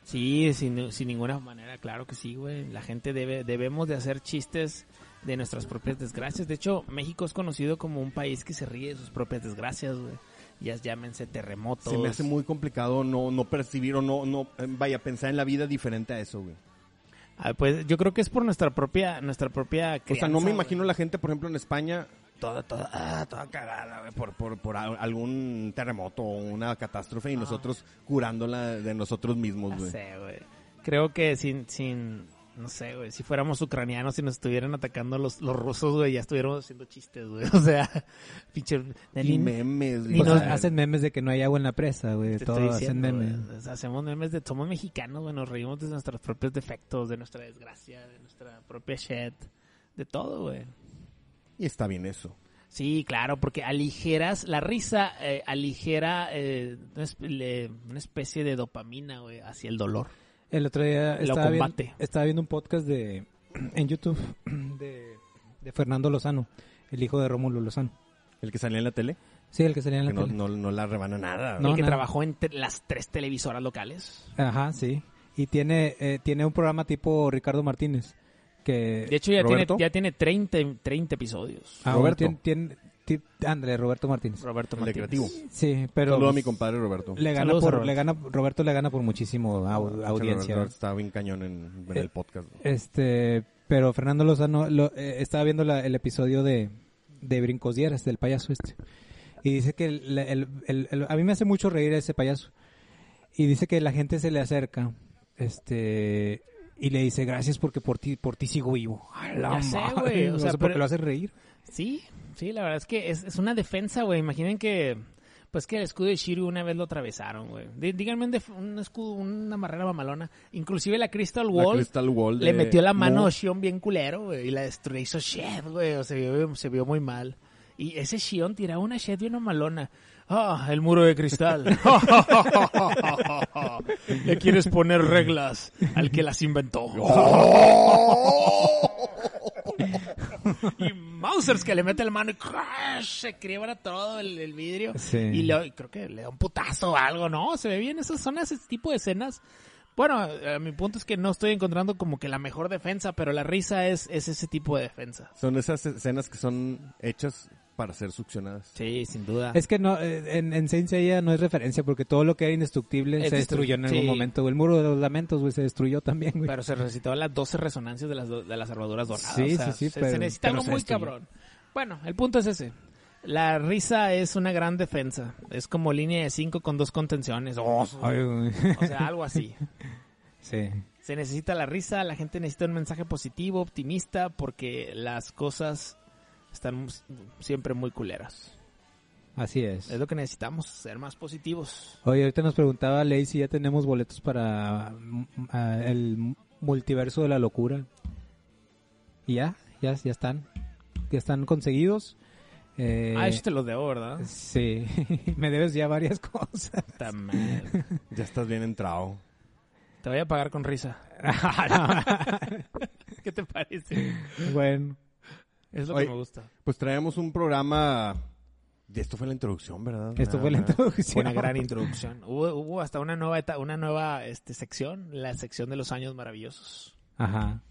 D: Sí, sin, sin ninguna manera, claro que sí, güey. La gente debe, debemos de hacer chistes de nuestras propias desgracias. De hecho, México es conocido como un país que se ríe de sus propias desgracias, güey. Ya llámense terremotos.
E: Se me hace muy complicado no, no percibir o no, no, eh, vaya, pensar en la vida diferente a eso, güey.
D: Ah, pues yo creo que es por nuestra propia, nuestra propia
E: O sea, no
D: crianza,
E: me
D: güey.
E: imagino la gente, por ejemplo, en España, toda, toda, ah, toda cagada, güey, por, por, por al- algún terremoto o una catástrofe y nosotros curándola de nosotros mismos,
D: No
E: güey.
D: Ah. sé, güey. Creo que sin, sin, no sé, güey, si fuéramos ucranianos y nos estuvieran atacando los, los rusos, güey, ya estuviéramos haciendo chistes, güey. O sea, pinche...
E: Y memes,
D: ni
E: güey.
C: Pues,
D: nos-
E: O sea,
C: hacen memes de que no hay agua en la presa, güey.
D: Te
C: Todo
D: estoy
C: hacen
D: diciendo,
C: memes.
D: güey. O sea, hacemos memes de somos mexicanos, güey, nos reímos de nuestros propios defectos, de nuestra desgracia, de nuestra propia shit, de todo, güey.
E: Y está bien eso.
D: Sí, claro, porque aligeras, la risa eh, aligera eh, una esp- le- una especie de dopamina, güey, hacia el dolor.
C: El otro día
D: Lo
C: estaba, viendo-
D: combate.
C: estaba viendo un podcast de en YouTube de, de Fernando Lozano, el hijo de Rómulo Lozano.
E: El que salía en la tele,
C: Sí, el que salía en la
E: que no,
C: tele.
E: no, no la rebana nada.
C: No,
D: el que
C: no.
D: trabajó en te- las tres televisoras locales.
C: Ajá, sí. Y tiene eh, tiene un programa tipo Ricardo Martínez que
D: De hecho, ya
E: Eh, ¿Roberto?
D: tiene, ya tiene 30, 30 episodios.
C: Ah,
E: Roberto.
C: Tiene, tiene- ti- ándale, Roberto Martínez.
D: Roberto
E: El de
D: Martínez.
E: creativo.
C: Sí, pero
D: pues
E: Saludo a mi compadre Roberto.
C: le gana
D: Saludos a
C: por
D: Roberto.
C: le gana Roberto le gana por muchísimo au- audiencia.
E: Ah, Roberto Está bien cañón en, en
C: Eh,
E: el podcast.
C: Este, pero Fernando Lozano lo- eh, estaba viendo la- el episodio de, de Brincosieras, del payaso este. Y dice que el- la- el- el- el- a mí me hace mucho reír ese payaso. Y dice que la gente se le acerca, este, y le dice gracias porque por ti, por ti sigo vivo. A la
D: Ya sé,
C: madre,
D: güey, o
C: no
D: sea,
C: sé por qué
D: pero-
C: lo hace reír.
D: Sí, sí, la verdad es que es, es una defensa, güey. Imaginen que, pues que el escudo de Shiryu una vez lo atravesaron, güey. Dí- Díganme un, def- un escudo, una barrera mamalona. Inclusive la Crystal
E: La
D: Wall
E: Crystal Wall
D: le
E: de
D: metió la mano
E: Mu.
D: a Shion bien culero, güey, y la destruyó, hizo shit, güey. O se vio, se vio muy mal. Y ese Shion tiraba una shit bien mamalona. Ah, el muro de cristal. Le quieres poner reglas al que las inventó.
E: Oh,
D: y Mausers que le mete la mano y crash, se quiebra todo el, el vidrio.
C: Sí.
D: Y le, y creo que le da un putazo o algo, ¿no? Se ve bien esas zonas, ese tipo de escenas. Bueno, eh, mi punto es que no estoy encontrando como que la mejor defensa, pero la risa es, es ese tipo de defensa.
E: Son esas escenas que son hechas para ser succionadas.
D: Sí, sin duda.
C: Es que no, eh, en, en Saint Seiya no es referencia porque todo lo que era indestructible
D: Es
C: se destruyó en
D: destru-
C: algún
D: sí.
C: momento. güey. El muro de los lamentos, güey, se destruyó también, güey.
D: Pero se recitaban las 12 resonancias de las, do- de las armaduras doradas.
C: Sí,
D: o sea,
C: sí, sí,
D: Se,
C: pero-
D: se necesita
C: pero
D: algo
C: se
D: muy
C: destruyó.
D: cabrón. Bueno, el punto es ese. La risa es una gran defensa. Es como línea de 5 con dos contenciones. Oh, O
C: Ay, güey.
D: sea, algo así.
C: sí.
D: Se necesita la risa, la gente necesita un mensaje positivo, optimista, porque las cosas están s- siempre muy culeras.
C: Así es.
D: Es lo que necesitamos, ser más positivos.
C: Oye, ahorita nos preguntaba Ley si ya tenemos boletos para mm, ah, el multiverso de la locura. Y ya, ya, ya están. Ya están conseguidos. Eh,
D: ah, eso te lo debo, ¿verdad?
C: Sí, me debes ya varias cosas.
D: Puta madre.
E: Ya estás bien entrado.
D: Te voy a pagar con risa. Ah, ¿Qué te parece?
C: bueno,
D: Es lo
E: Oye,
D: que me gusta.
E: Pues traemos un programa... de Esto fue la introducción, ¿verdad?
C: esto
E: Ah,
C: fue la
E: ¿verdad?
C: introducción.
D: Una gran introducción. Hubo, hubo hasta una nueva eta- una nueva este, sección, la sección de los años maravillosos.
C: Ajá.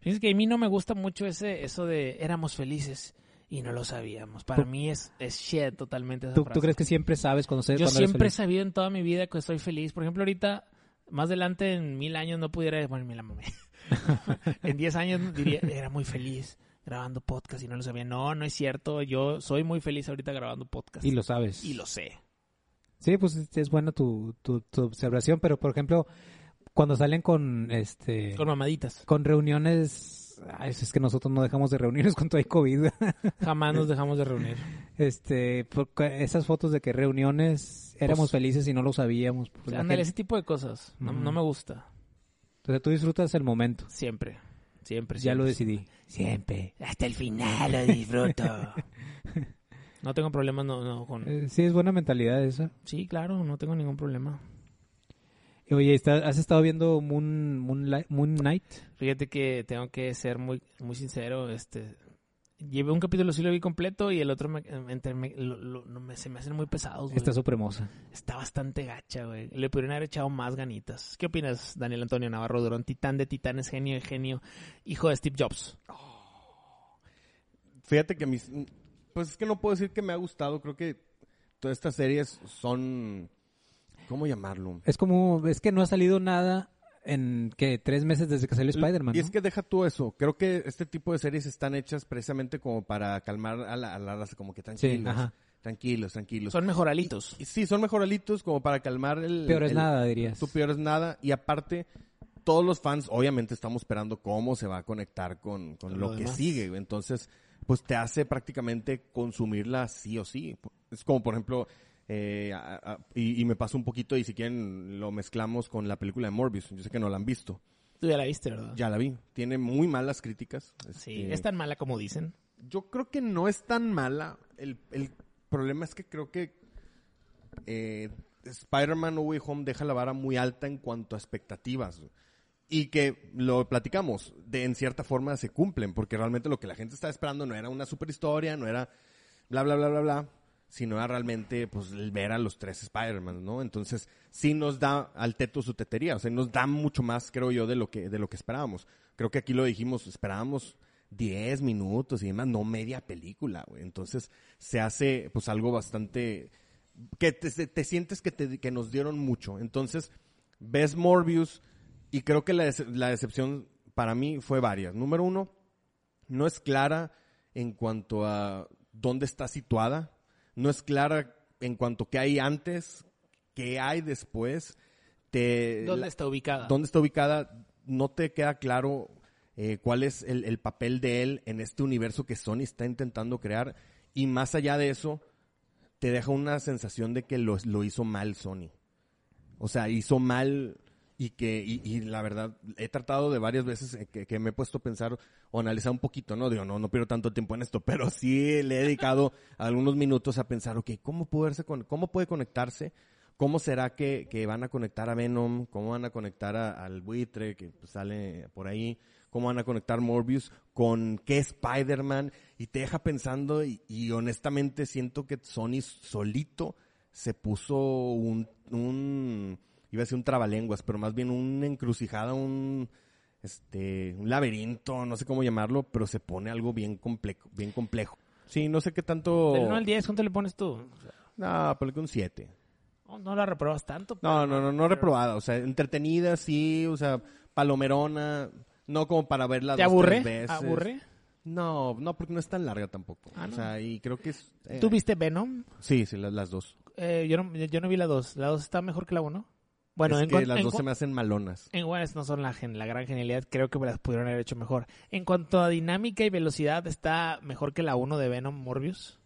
D: Fíjense que a mí no me gusta mucho ese eso de éramos felices y no lo sabíamos. Para
C: Tú-
D: mí es, es shit totalmente esa
C: ¿Tú,
D: frase.
C: tú crees que siempre sabes cuando se
D: Yo
C: cuando eres
D: siempre he
C: feliz?
D: sabido en toda mi vida que soy feliz. Por ejemplo, ahorita, más adelante en mil años no pudiera... Bueno, me la mamé. en diez años diría, era muy feliz. grabando podcast y no lo sabía. No, no es cierto. Yo soy muy feliz ahorita grabando podcast.
C: Y lo sabes.
D: Y lo sé.
C: Sí, pues es- es buena tu, tu, tu observación, pero por ejemplo, cuando salen con este
D: Con
C: con,
D: mamaditas.
C: reuniones, ay, es que nosotros no dejamos de reunirnos con todo el COVID.
D: Jamás nos dejamos de reunir.
C: Este, por- esas fotos de que reuniones
E: Pues
C: éramos felices y no lo sabíamos. pues, la
D: Ándale,
C: gente-
D: ese tipo de cosas. No,
C: Ujú.
D: no me gusta.
C: entonces tú disfrutas el momento.
D: Siempre. Siempre.
E: Pues
C: Ya lo
D: siempre.
C: decidí. Siempre.
D: Hasta el final lo disfruto. no tengo problemas no, no,
E: Mm.
D: con...
C: Eh, sí, es buena mentalidad esa.
D: Sí, claro, no tengo ningún problema.
C: Y, Oye, ¿está- ¿has estado viendo Moon, Moonlight- Moon Knight?
D: Fíjate que tengo que ser muy, muy sincero, este... Llevé un capítulo, sí lo vi completo, y el otro me, me- entre- me- lo- lo- no me- se me hacen muy pesados, güey.
C: Está súper hermosa.
D: Está bastante gacha, güey. Le pudieron haber echado más ganitas. ¿Qué opinas, Daniel Antonio Navarro Durón? Titán de titanes, genio de genio, hijo de Steve Jobs.
E: Fíjate que mis. Pues es que no puedo decir que me ha gustado. Creo que todas estas series son. ¿Cómo llamarlo?
C: Es como, es que no ha salido nada en que tres meses desde que salió Spider-Man.
E: Y es
C: ¿no?
E: que deja tú eso. Creo que este tipo de series están hechas precisamente como para calmar a la, a la raza, como que tranquilos.
C: ajá.
E: tranquilos, tranquilos.
D: Son mejoralitos.
E: Y sí, son mejoralitos como para calmar el...
C: Peor es
E: el-
C: nada, dirías.
E: Tú peor es nada. Y aparte, todos los fans obviamente estamos esperando cómo se va a conectar con, con
D: Con
E: lo,
D: lo
E: que
D: demás.
E: sigue. güey. Entonces, pues te hace prácticamente consumirla sí o sí. Es como, por ejemplo, eh, a- a- y, y me pasa un poquito y si quieren lo mezclamos con la película de Morbius. Yo sé que no la han visto.
D: Tú ya la viste, ¿verdad?
E: Ya la vi. Tiene muy malas críticas.
D: Ah. Sí,
E: Este,
D: es tan mala como dicen.
E: yo creo que no es tan mala. El, el problema es que creo que eh, Spider-Man No Way Home deja la vara muy alta en cuanto a expectativas. güey. Y que lo platicamos, de en cierta forma se cumplen, porque realmente lo que la gente estaba esperando no era una super historia, no era bla, bla, bla, bla, bla, sino era realmente pues el ver a los tres Spider-Man, ¿no? Entonces, sí nos da al teto su tetería, o sea, nos da mucho más, creo yo, de lo que, de lo que esperábamos. Creo que aquí lo dijimos, esperábamos 10 minutos y demás, no media película, güey. Entonces, se hace pues algo bastante que te, te- te sientes que, te- que nos dieron mucho. Entonces, ves Morbius y creo que la, dece- la decepción para mí fue varias. Número uno, no es clara en cuanto a dónde está situada, no es clara en cuanto a qué hay antes, qué hay después. Te,
D: ¿Dónde
E: eh, la-
D: está ubicada?
E: dónde está ubicada, no te queda claro eh, cuál es el, el papel de él en este universo que Sony está intentando crear. Y más allá de eso, te deja una sensación de que lo, lo hizo mal Sony. O sea, hizo mal y que, y, y la verdad, he tratado de varias veces eh, que, que me he puesto a pensar o analizar un poquito, ¿no? Digo, no, no pierdo tanto tiempo en esto, pero sí le he dedicado algunos minutos a pensar, ok, ¿cómo, poderse con, cómo puede conectarse? ¿Cómo será que, que van a conectar a Venom? ¿Cómo van a conectar a- al buitre que pues, sale por ahí? ¿Cómo van a conectar Morbius? ¿Con qué Spider-Man? Y te deja pensando y, y honestamente siento que Sony solito se puso un, un, iba a decir un trabalenguas, pero más bien una encrucijada, un, este, un laberinto, no sé cómo llamarlo, pero se pone algo bien complejo, bien complejo. Sí, no sé qué tanto...
D: Del 1 al 10, ¿cuánto le pones tú? O sea,
E: No, ponle que un 7.
D: No, Oh, no la reprobas tanto.
E: No, no, no, no reprobada, o sea, entretenida, sí, o sea, palomerona, no como para verla
D: ¿Te
E: dos, tres
D: aburre?
E: veces.
D: ¿Aburre?
E: No, no, porque no es tan larga tampoco.
D: Ah,
E: O
D: no.
E: sea, y creo que es... eh,
D: ¿Tú viste Venom?
E: Sí, sí, las, las dos.
D: Eh, yo, no, yo no vi la 2. ¿La 2 está mejor que la 1? Bueno,
E: es
D: en
E: que
D: cuan-
E: las
D: en
E: dos
D: cua-
E: se me hacen malonas.
D: en Juárez no son la, gen- la gran genialidad, creo que me las pudieron haber hecho mejor. En cuanto a dinámica y velocidad, está mejor que la 1 de Venom Morbius.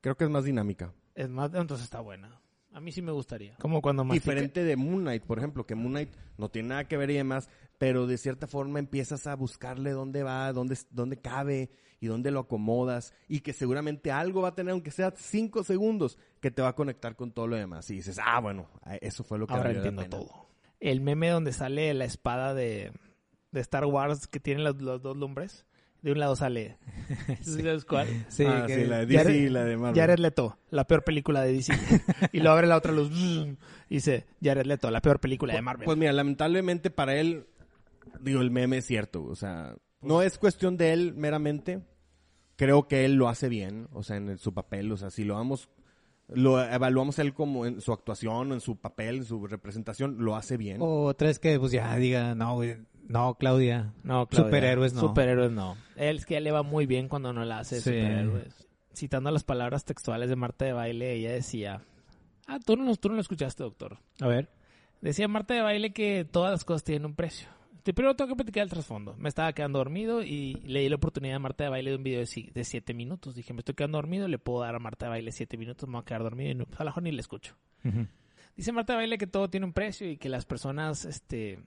E: Creo que es más dinámica.
D: Es más, entonces está buena. A mí sí me gustaría. Como cuando mastica-
E: Diferente de Moon Knight, por ejemplo, que Moon Knight no tiene nada que ver y demás, pero de cierta forma empiezas a buscarle dónde va, dónde, dónde cabe y dónde lo acomodas y que seguramente algo va a tener, aunque sea cinco segundos, que te va a conectar con todo lo demás. Y dices, ah, bueno, eso fue lo que
D: Ahora
E: valió la
D: entiendo
E: pena.
D: todo. El meme donde sale la espada de, de Star Wars que tiene los, los dos lumbres. De un lado sale. ¿Sabes cuál?
C: Sí,
E: Ah,
C: que-
E: sí, la de
D: Ya
E: DC y
D: eres-
E: la de Marvel.
D: Jared Leto, la peor película de DC. y lo abre la otra luz. y Dice Jared Leto, la peor película de Marvel.
E: Pues mira, lamentablemente para él, digo, el meme es cierto, o sea, no
C: Pues
E: es cuestión de él meramente. Creo que él lo hace bien, o sea, en el- su papel, o sea, si lo vamos, lo evaluamos a él como en
C: Oh.
E: su actuación, o en su papel, en su representación, lo hace bien.
C: O tres que pues ya diga, no, güey, No, Claudia.
D: No, Claudia.
C: Superhéroes no.
D: Superhéroes no. Él es que le va muy bien cuando no la hace
C: Sí.
D: superhéroes. Citando las palabras textuales de Marta de Baile, ella decía... Ah, tú no, tú no lo escuchaste, doctor.
C: A ver.
D: Decía Marta de Baile que todas las cosas tienen un precio. Te- Primero tengo que platicar el trasfondo. Me estaba quedando dormido y le di la oportunidad a Marta de Baile de un video de si- de 7 minutos. Dije, me estoy quedando dormido, le puedo dar a Marta de Baile 7 minutos, me voy a quedar dormido y no, a lo mejor ni le escucho. Dice Marta de Baile que todo tiene un precio y que las personas este,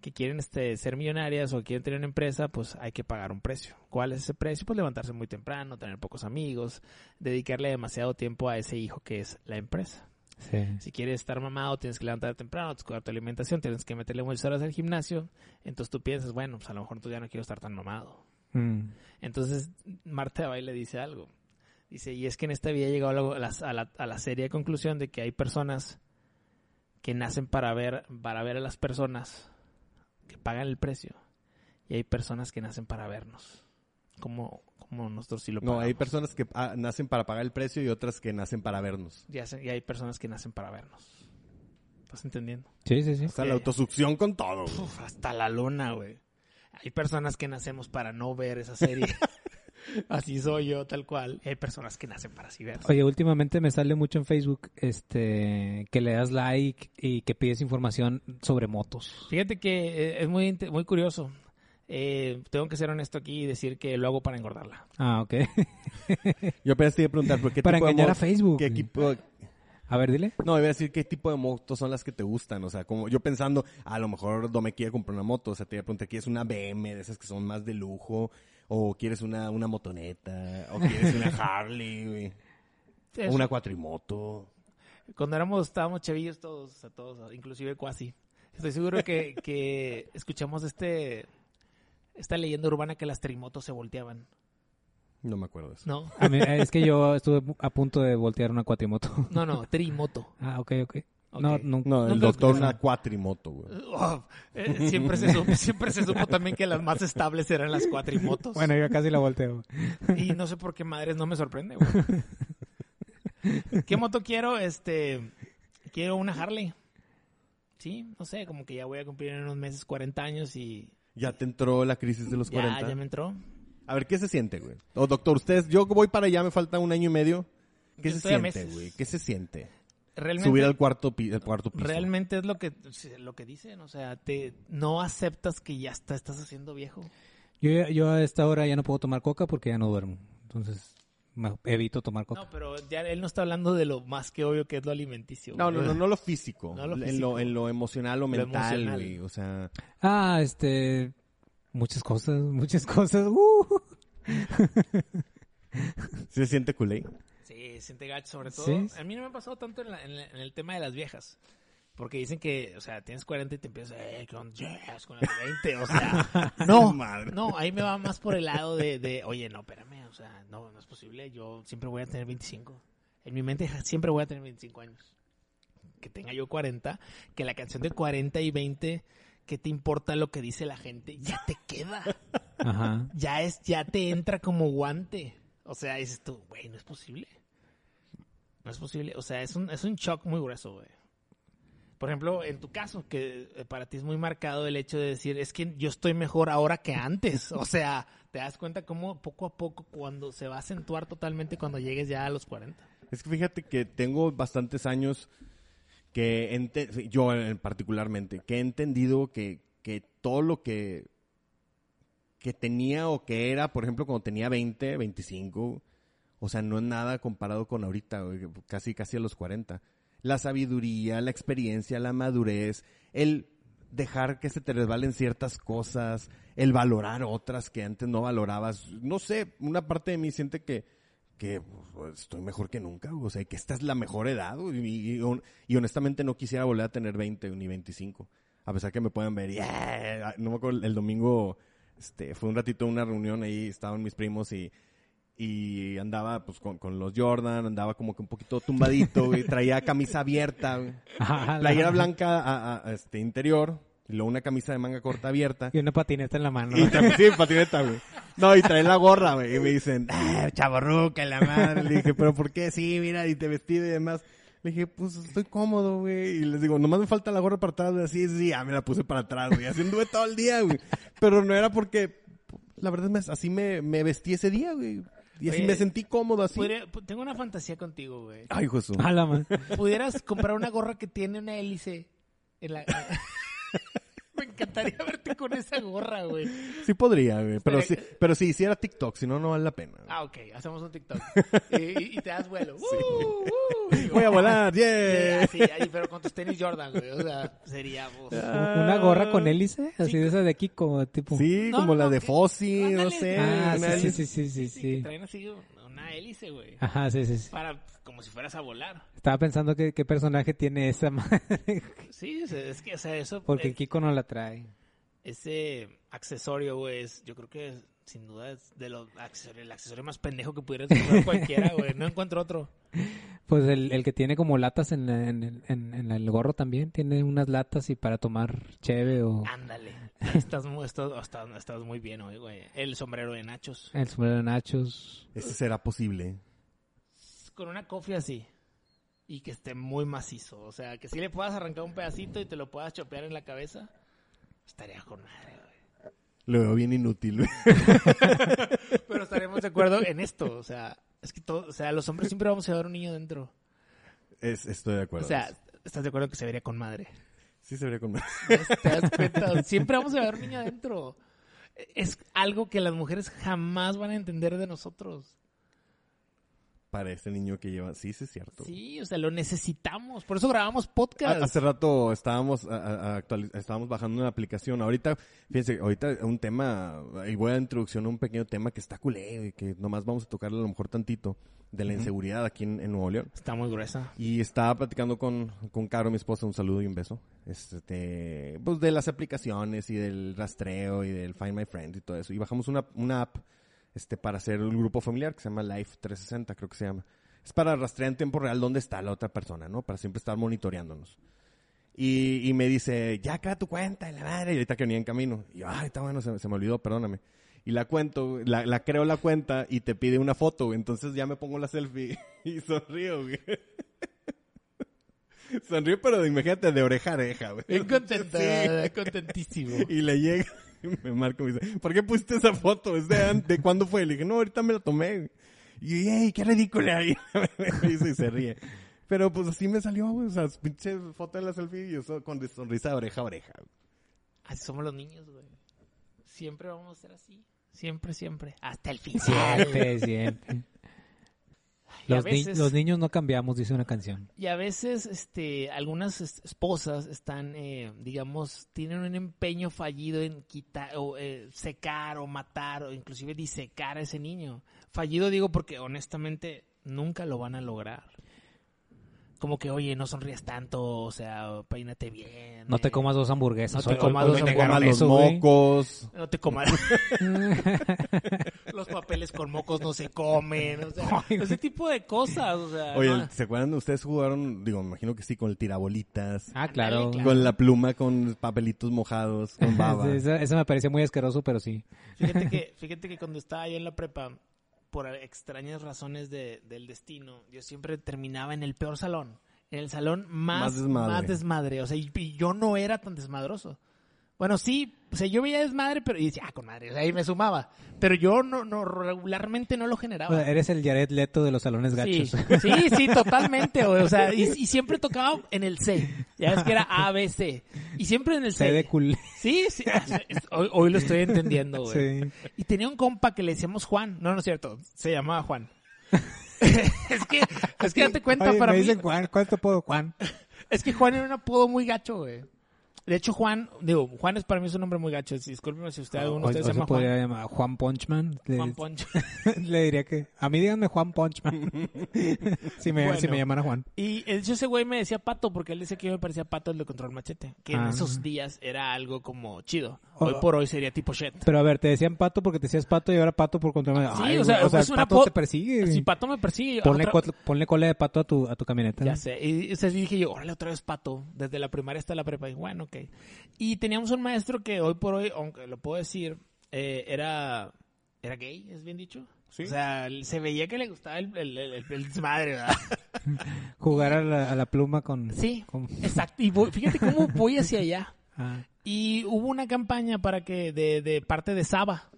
D: que quieren este, ser millonarias o quieren tener una empresa, pues hay que pagar un precio. ¿Cuál es ese precio? Pues levantarse muy temprano, tener pocos amigos, dedicarle demasiado tiempo a ese hijo que es la empresa.
C: Sí.
D: Si quieres estar mamado, tienes que levantar temprano, tienes que cuidar tu alimentación, tienes que meterle muchas horas al gimnasio. Entonces tú piensas, bueno, pues a lo mejor tú ya no quiero estar tan mamado.
C: Mm.
D: Entonces Marta de Baile dice algo. Dice, y es que en esta vida he llegado a la, a la- a la- a la seria conclusión de que hay personas que nacen para ver, para ver a las personas que pagan el precio. Y hay personas que nacen para vernos. Como, como nosotros sí lo
E: No,
D: pagamos.
E: hay personas que ah, nacen para pagar el precio y otras que nacen para vernos.
D: y, hacen- y hay personas que nacen para vernos. ¿Estás entendiendo?
C: Sí, sí, sí.
E: O sea,
D: Ok.
E: la autosucción con todo. güey.
D: Uf, hasta la luna, güey. Hay personas que nacemos para no ver esa serie. Así soy yo, tal cual. Y hay personas que nacen para sí ver.
C: Oye, últimamente me sale mucho en Facebook este que le das like y que pides información sobre motos.
D: Fíjate que eh, es muy, inte- muy curioso. Eh, tengo que ser honesto aquí y decir que lo hago para engordarla.
C: Ah, ok.
E: Yo apenas te iba a preguntar, ¿por qué
C: Para
E: tipo de
C: engañar
E: mo-
C: a Facebook.
E: ¿Qué equipo-
C: A ver, dile.
E: No, iba a decir qué tipo de motos son las que te gustan. O sea, como yo pensando, a lo mejor no me quiere comprar una moto. O sea, te iba a preguntar, ¿quieres una BM de esas que son más de lujo? ¿O quieres una, una motoneta? ¿O quieres una Harley? güey?
D: Es-
E: ¿O una cuatrimoto?
D: Cuando éramos, estábamos chavillos todos, o sea, todos, inclusive Cuasi. Estoy seguro que, que escuchamos este esta leyenda urbana que las trimotos se volteaban,
E: No me acuerdo de eso.
D: ¿no?
C: A mí- eh, es que yo estuve a punto de voltear una cuatrimoto.
D: No, no, trimoto.
C: Ah, ok, ok. No,
D: Ok.
C: nunca.
E: No, el
D: Nunca
E: doctor
D: escuché.
E: una cuatrimoto, güey.
D: Oh, eh, siempre, se supo, siempre se supo también que las más estables eran las cuatrimotos.
C: Bueno, yo casi la volteo.
D: Y no sé por qué madres no me sorprende, güey. ¿Qué moto quiero? Este, quiero una Harley. Sí, no sé, como que ya voy a cumplir en unos meses 40 años y
E: Ya te entró la crisis de los
D: ya,
E: 40.
D: ya me entró.
E: A ver, ¿qué se siente, güey? O doctor, ustedes, yo voy para allá, me falta un año y medio.
D: Yo
E: ¿Qué se
D: estoy a
E: siente,
D: meses.
E: güey? ¿Qué se siente?
D: Realmente,
E: Subir al cuarto, pi- al cuarto piso.
D: realmente es lo que, lo que dicen, o sea, te no aceptas que ya está, estás haciendo viejo.
C: Yo, yo a esta hora ya no puedo tomar coca porque ya no duermo. Entonces, me- evito tomar coca.
D: No, pero ya él no está hablando de lo más que obvio que es lo alimenticio.
E: No,
D: güey.
E: no, no, no lo físico.
D: Eh, No lo
E: En,
D: físico.
E: lo, en lo emocional o mental,
D: emocional.
E: güey. O sea,
C: Ah, este. Muchas cosas, muchas cosas. Uh.
E: ¿sí se siente culé.
D: Sí, siente gacho, sobre todo.
C: Sí.
D: A mí no me ha pasado tanto en, la- en la- en el tema de las viejas. Porque dicen que, o sea, tienes 40 y te empiezas, eh, con, yes, con las de 20, o sea. No,
E: Madre.
D: no, ahí me va más por el lado de, de, oye, no, espérame, o sea, no, no es posible, yo siempre voy a tener 25. En mi mente ja, siempre voy a tener 25 años. Que tenga yo 40, que la canción de 40 y 20, que te importa lo que dice la gente, ya te queda
C: Ajá.
D: ya es, ya te entra como guante. O sea, dices tú, güey, no es posible. No es posible. O sea, es un, es un shock muy grueso, güey. Por ejemplo, en tu caso, que eh, para ti es muy marcado el hecho de decir, es que yo estoy mejor ahora que antes. O sea, te das cuenta cómo poco a poco, cuando se va a acentuar totalmente cuando llegues ya a los 40.
E: Es que fíjate que tengo bastantes años que ente- yo eh, particularmente, que he entendido que, que todo lo que, que tenía o que era, por ejemplo, cuando tenía 20, 25, o sea, no es nada comparado con ahorita, güey, casi, casi a los 40. La sabiduría, la experiencia, la madurez, el dejar que se te resbalen ciertas cosas, el valorar otras que antes no valorabas. No sé, una parte de mí siente que, que pues, estoy mejor que nunca, o sea, que esta es la mejor edad, güey, y, y hon- y honestamente no quisiera volver a tener 20 ni 25, a pesar que me puedan ver, "Yeah". no me acuerdo, el domingo este, fue un ratito a una reunión ahí, estaban mis primos y, y andaba pues con, con los Jordan, andaba como que un poquito tumbadito, güey, traía camisa abierta, güey,
C: Ajá,
E: playera
C: la-
E: blanca a- a- a este interior, y luego una camisa de manga corta abierta,
C: Y una patineta en la mano.
E: y también, sí, patineta, güey. No, y trae la gorra, güey. Y me dicen, ah, chaborruca, la madre. Le dije, pero ¿por qué? Sí, mira, y te vestí y demás. Le dije, pues estoy cómodo, güey. Y les digo, nomás me falta la gorra para atrás, güey. Así, sí, ya me la puse para atrás, güey. Así anduve todo el día, güey. Pero no era porque, la verdad, me- así me, me vestí ese día, güey. Y así
D: Oye,
E: me sentí cómodo, así.
D: Podría- Ah. pu- tengo una fantasía contigo, güey.
E: Ay, Jesús.
C: A la man.
D: Pudieras comprar una gorra que tiene una hélice en la... Me encantaría verte con esa gorra, güey.
E: Sí podría, güey. Pero, sí,
D: Estaría-
E: pero si hiciera TikTok, si no, no vale la pena.
D: Eh. Ah, ok, hacemos un TikTok. y, y- y te das vuelo. ¡Uh, uh!
E: Voy a volar,
D: Sí,
E: yeah.
D: así, ahí, pero con tus tenis Jordan, güey. O sea, sería vos.
C: Una gorra
D: Ah.
C: con hélice, así de esa de aquí, como tipo.
E: Sí,
D: No,
E: como
D: no,
E: la
D: no,
E: de
D: ¿qué?
E: Fossi, no
D: Ándale.
E: sé.
C: Ah,
E: una-
C: sí, sí, sí, sí, sí.
D: que
C: sí. Ah.
D: Traen así una hélice, güey.
C: Ajá, sí, sí, sí.
D: Para, como si fueras a volar.
C: Estaba pensando que, qué personaje tiene esa madre.
D: Sí, o sea, es que, o sea, eso...
C: Porque
D: eh,
C: Kiko no la trae.
D: ese accesorio, güey, es- yo creo que es, sin duda es de los accesorios, el accesorio más pendejo que pudieras comprar cualquiera, güey. No encuentro otro.
C: Pues el, el que tiene como latas en, la- en el- en- en el gorro también. Tiene unas latas y para tomar cheve o
D: Ándale. Estás, mu- estás, estás, estás muy bien hoy, güey. El sombrero de nachos.
C: el sombrero de nachos.
E: Ese será posible.
D: Con una cofia así. Y que esté muy macizo. O sea, que si le puedas arrancar un pedacito y te lo puedas chopear en la cabeza. Estaría con madre, güey.
E: Lo veo bien inútil, güey.
D: Pero estaremos de acuerdo en esto. O sea, es que todo, o sea, los hombres siempre vamos a llevar un niño dentro.
E: Es- estoy de
D: O
E: acuerdo.
D: sea, ¿estás de acuerdo que se vería con madre?
E: sí se vería con más.
D: ¿Te das cuenta? Siempre vamos a ver un niño adentro. Es algo que las mujeres jamás van a entender de nosotros.
E: Para ese niño que lleva. Sí, sí es cierto.
D: Sí, o sea, lo necesitamos. Por eso grabamos
E: Ha-
D: podcast.
E: Hace rato estábamos, a- a- a actuali- estábamos bajando una aplicación. Ahorita, fíjense, ahorita un tema, y voy a introducción a un pequeño tema que está culé, güey, que nomás vamos a tocarle a lo mejor tantito, de la inseguridad aquí en, en Nuevo León.
D: Está muy gruesa.
E: Y estaba platicando con, con Caro, mi esposa, un saludo y un beso. Este, pues de las aplicaciones y del rastreo y del Find My Friend y todo eso. Y bajamos una, una app este, para hacer un grupo familiar que se llama Life 360, creo que se llama. Es para rastrear en tiempo real dónde está la otra persona, ¿no? Para siempre estar monitoreándonos. Y, y me dice, ya crea tu cuenta, y la madre. Y ahorita que venía en camino. Y yo, ay, está bueno, se, se me olvidó, perdóname. Y la cuento, güey, la, la creo la cuenta y te pide una foto. güey. Entonces ya me pongo la selfie y sonrío, güey. Sonrío, pero de- imagínate, de oreja a oreja, güey.
D: Bien contenta,
E: Sí, güey.
D: bien contentísimo.
E: Y le llega, me marca y me dice, ¿por qué pusiste esa foto? ¿Es de antes? ¿Cuándo fue? Le dije, no, ahorita me la tomé. Y yo, ¡ey, qué ridícula! Y me dice y se ríe. Pero pues así me salió, güey. O sea, pinche foto de la selfie y yo so- con sonrisa de oreja a oreja.
D: Así somos los niños, güey. Siempre vamos a ser así. Siempre, siempre. Hasta el final.
C: Siempre, siempre.
D: Y a
C: Los, ni-
D: veces-
C: los niños no cambiamos, dice una canción.
D: Y a veces, este, algunas es- esposas están, eh, digamos, tienen un empeño fallido en quitar, o eh, secar, o matar, o inclusive disecar a ese niño. Fallido digo porque honestamente nunca lo van a lograr. Como que, oye, no sonríes tanto, o sea, peínate bien.
C: No te
D: eh,
C: comas dos hamburguesas.
D: No te
C: Hoy-
D: comas
C: hoy
D: dos
C: me
E: Me
C: negaron
E: coman los
C: eso, güey.
E: mocos.
D: No te comas. Los papeles con mocos no se comen. O sea, ese tipo de cosas. O sea,
E: Oye,
D: no-
E: ¿se acuerdan? Ustedes jugaron, digo, me imagino que sí, con el tirabolitas.
C: Ah, claro.
D: Ándale,
E: Con la pluma, con papelitos mojados, con baba.
C: Sí, Eso, eso me parecía muy asqueroso, pero sí.
D: Fíjate que, fíjate que cuando estaba yo en la prepa, por extrañas razones de- del destino, yo siempre terminaba en el peor salón. En el salón más,
E: Más
D: más
E: desmadre.
D: desmadre. O sea, y, y yo no era tan desmadroso. Bueno, sí, o sea, yo veía desmadre, pero y decía, ah, con madre, o sea, ahí me sumaba. Pero yo no, no regularmente no lo
C: O sea,
D: generaba.
C: eres el Jared Leto de los salones
D: Ah. Sí,
C: gachos.
D: sí, sí, totalmente, güey. O sea, y, y siempre tocaba en el C. Ya ves que era A, B, C. Y siempre en el C.
C: Se de cul-
D: Sí, sí. Hoy, hoy lo estoy entendiendo, güey.
C: Sí.
D: Y tenía un compa que le decíamos Juan. No, no es cierto. Se llamaba Juan. es que, es que date cuenta
C: Oye,
D: para
C: me
D: mí.
C: dicen Juan, ¿cuánto puedo, Juan?
D: Es que Juan era un apodo muy gacho, güey. De hecho, Juan, digo, Juan es para mí es un nombre muy gacho. Discúlpeme si usted alguno
C: Ah,
D: de
C: O-
D: ustedes
C: o
D: se
C: se
D: llama
C: podría
D: Juan.
C: llamar Juan Punchman. Le,
D: Juan Poncho.
C: le diría que, a mí díganme Juan Punchman. si, me, si
D: Bueno.
C: me llamara Juan.
D: Y de hecho ese güey me decía pato porque él decía que yo me parecía pato el de control machete. Que en
C: Ah.
D: esos días era algo como chido. Hoy
C: Oh.
D: por hoy sería tipo shit.
C: Pero a ver, te decían pato porque te decías pato y ahora pato por contra.
D: Sí,
C: Ay,
D: o sea,
C: güey,
D: es
C: el
D: una
C: pato
D: po-
C: te persigue.
D: Si pato me persigue.
C: ponle,
D: otra-
C: col- ponle cola de pato a tu, a tu camioneta.
D: Ya
C: ¿no?
D: sé. Y, o sea, dije yo, órale, otra vez pato. Desde la primaria hasta la prepa. Y bueno, ok. Y teníamos un maestro que hoy por hoy, aunque lo puedo decir, eh, era, era gay, es bien dicho. O sea, él- se veía que le gustaba el, el, el- el- el desmadre, ¿verdad?
C: Jugar a la, a la pluma con...
D: Sí,
C: con-
D: exacto. Y voy- fíjate cómo voy hacia allá.
C: Ah,
D: Y hubo una campaña para que de, de parte de Saba,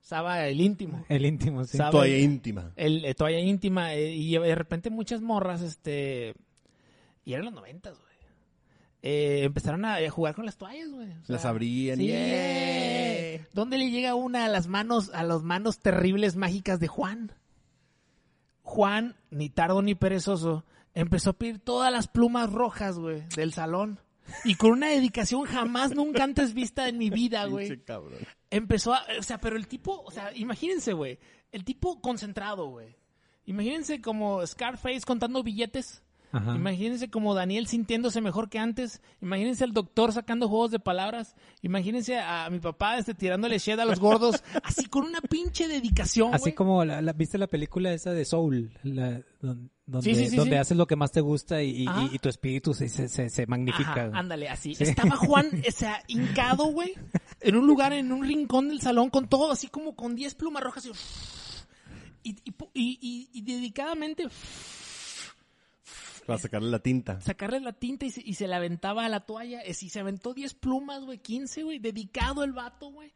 D: Saba el íntimo,
C: el íntimo, sí.
D: Sabe-
E: Toalla íntima.
D: el, eh, toalla íntima, eh, y de repente muchas morras, este, y eran los noventas, güey, eh, empezaron a a jugar con las toallas, güey. O sea,
E: Las abrían. ¡eh!
D: Sí.
E: ¡Yeah!
D: ¿Dónde le llega una a las manos, a las manos terribles mágicas de Juan? Juan, ni tardo ni perezoso, empezó a pedir todas las plumas rojas, güey, del salón. Y con una dedicación jamás nunca antes vista en mi vida, güey.
E: Pinche cabrón.
D: Empezó a, o sea, pero el tipo, o sea, imagínense, güey, el tipo concentrado, güey. Imagínense como Scarface contando billetes.
C: Ajá.
D: Imagínense como Daniel sintiéndose mejor que antes. Imagínense al doctor sacando juegos de palabras. Imagínense a mi papá este, tirándole shed a los gordos. así con una pinche dedicación.
C: Así
D: güey.
C: como, la, la- ¿viste la película esa de Soul? La- don- donde
D: Sí, sí, sí,
C: donde
D: sí.
C: haces lo que más te gusta y, y-
D: Ajá.
C: y tu espíritu se, se, se- se magnifica.
D: Ajá,
C: güey.
D: ándale, así.
C: Sí.
D: Estaba Juan, o sea, hincado, güey, en un lugar, en un rincón del salón, con todo, así como con 10 plumas rojas, y, y, y, y- y dedicadamente
E: Para sacarle la tinta.
D: sacarle la tinta y se, y se la aventaba a la toalla. Es, y se aventó 10 plumas, güey, 15, güey, dedicado el vato, güey.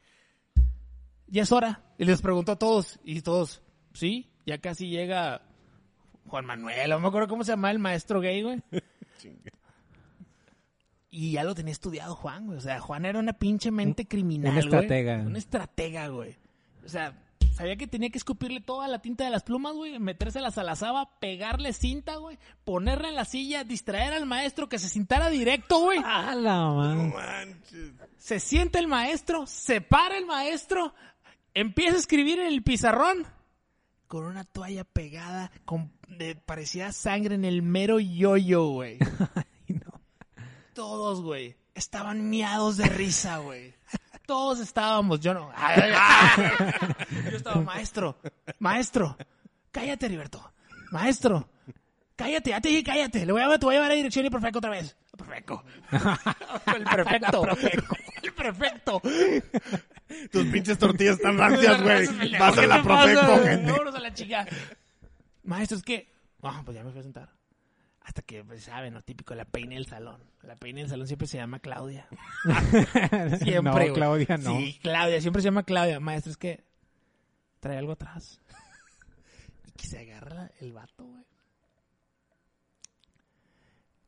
D: Ya es hora. Y les preguntó a todos, y todos, sí, ya casi llega Juan Manuel, no me acuerdo cómo se llama el maestro gay, güey. y ya lo tenía estudiado Juan, güey. O sea, Juan era una pinche mente criminal,
C: un
D: güey.
C: estratega.
D: Un estratega, güey. O sea, sabía que tenía que escupirle toda la tinta de las plumas, güey, metérselas a la saba, pegarle cinta, güey, ponerla en la silla, distraer al maestro que se sintara directo, güey.
C: ¡A la man!
D: Se sienta el maestro, se para el maestro, empieza a escribir en el pizarrón con una toalla pegada, con, de- parecía sangre en el mero yoyo, güey.
C: Ay, no.
D: Todos, güey, estaban miados de risa, güey. Todos estábamos, yo no. Ay, ay, ay. Yo estaba, maestro, maestro, cállate, Heriberto. Maestro, cállate, ya te dije, cállate. Le voy a, te voy a llevar a dirección y perfecto otra vez. Perfecto. El perfecto. El perfecto.
E: Tus pinches tortillas están
D: Vámonos
E: Pásala, Profeco,
D: Vámonos a la chica. Maestro, es que. Ah, pues ya me fui a sentar. Hasta que, pues, saben, lo típico, la peina del salón. La peina del salón siempre se llama Claudia. Siempre.
C: No,
D: güey.
C: Claudia, no.
D: Sí, Claudia, siempre se llama Claudia. Maestro, es que trae algo atrás. Y que se agarra el vato, güey.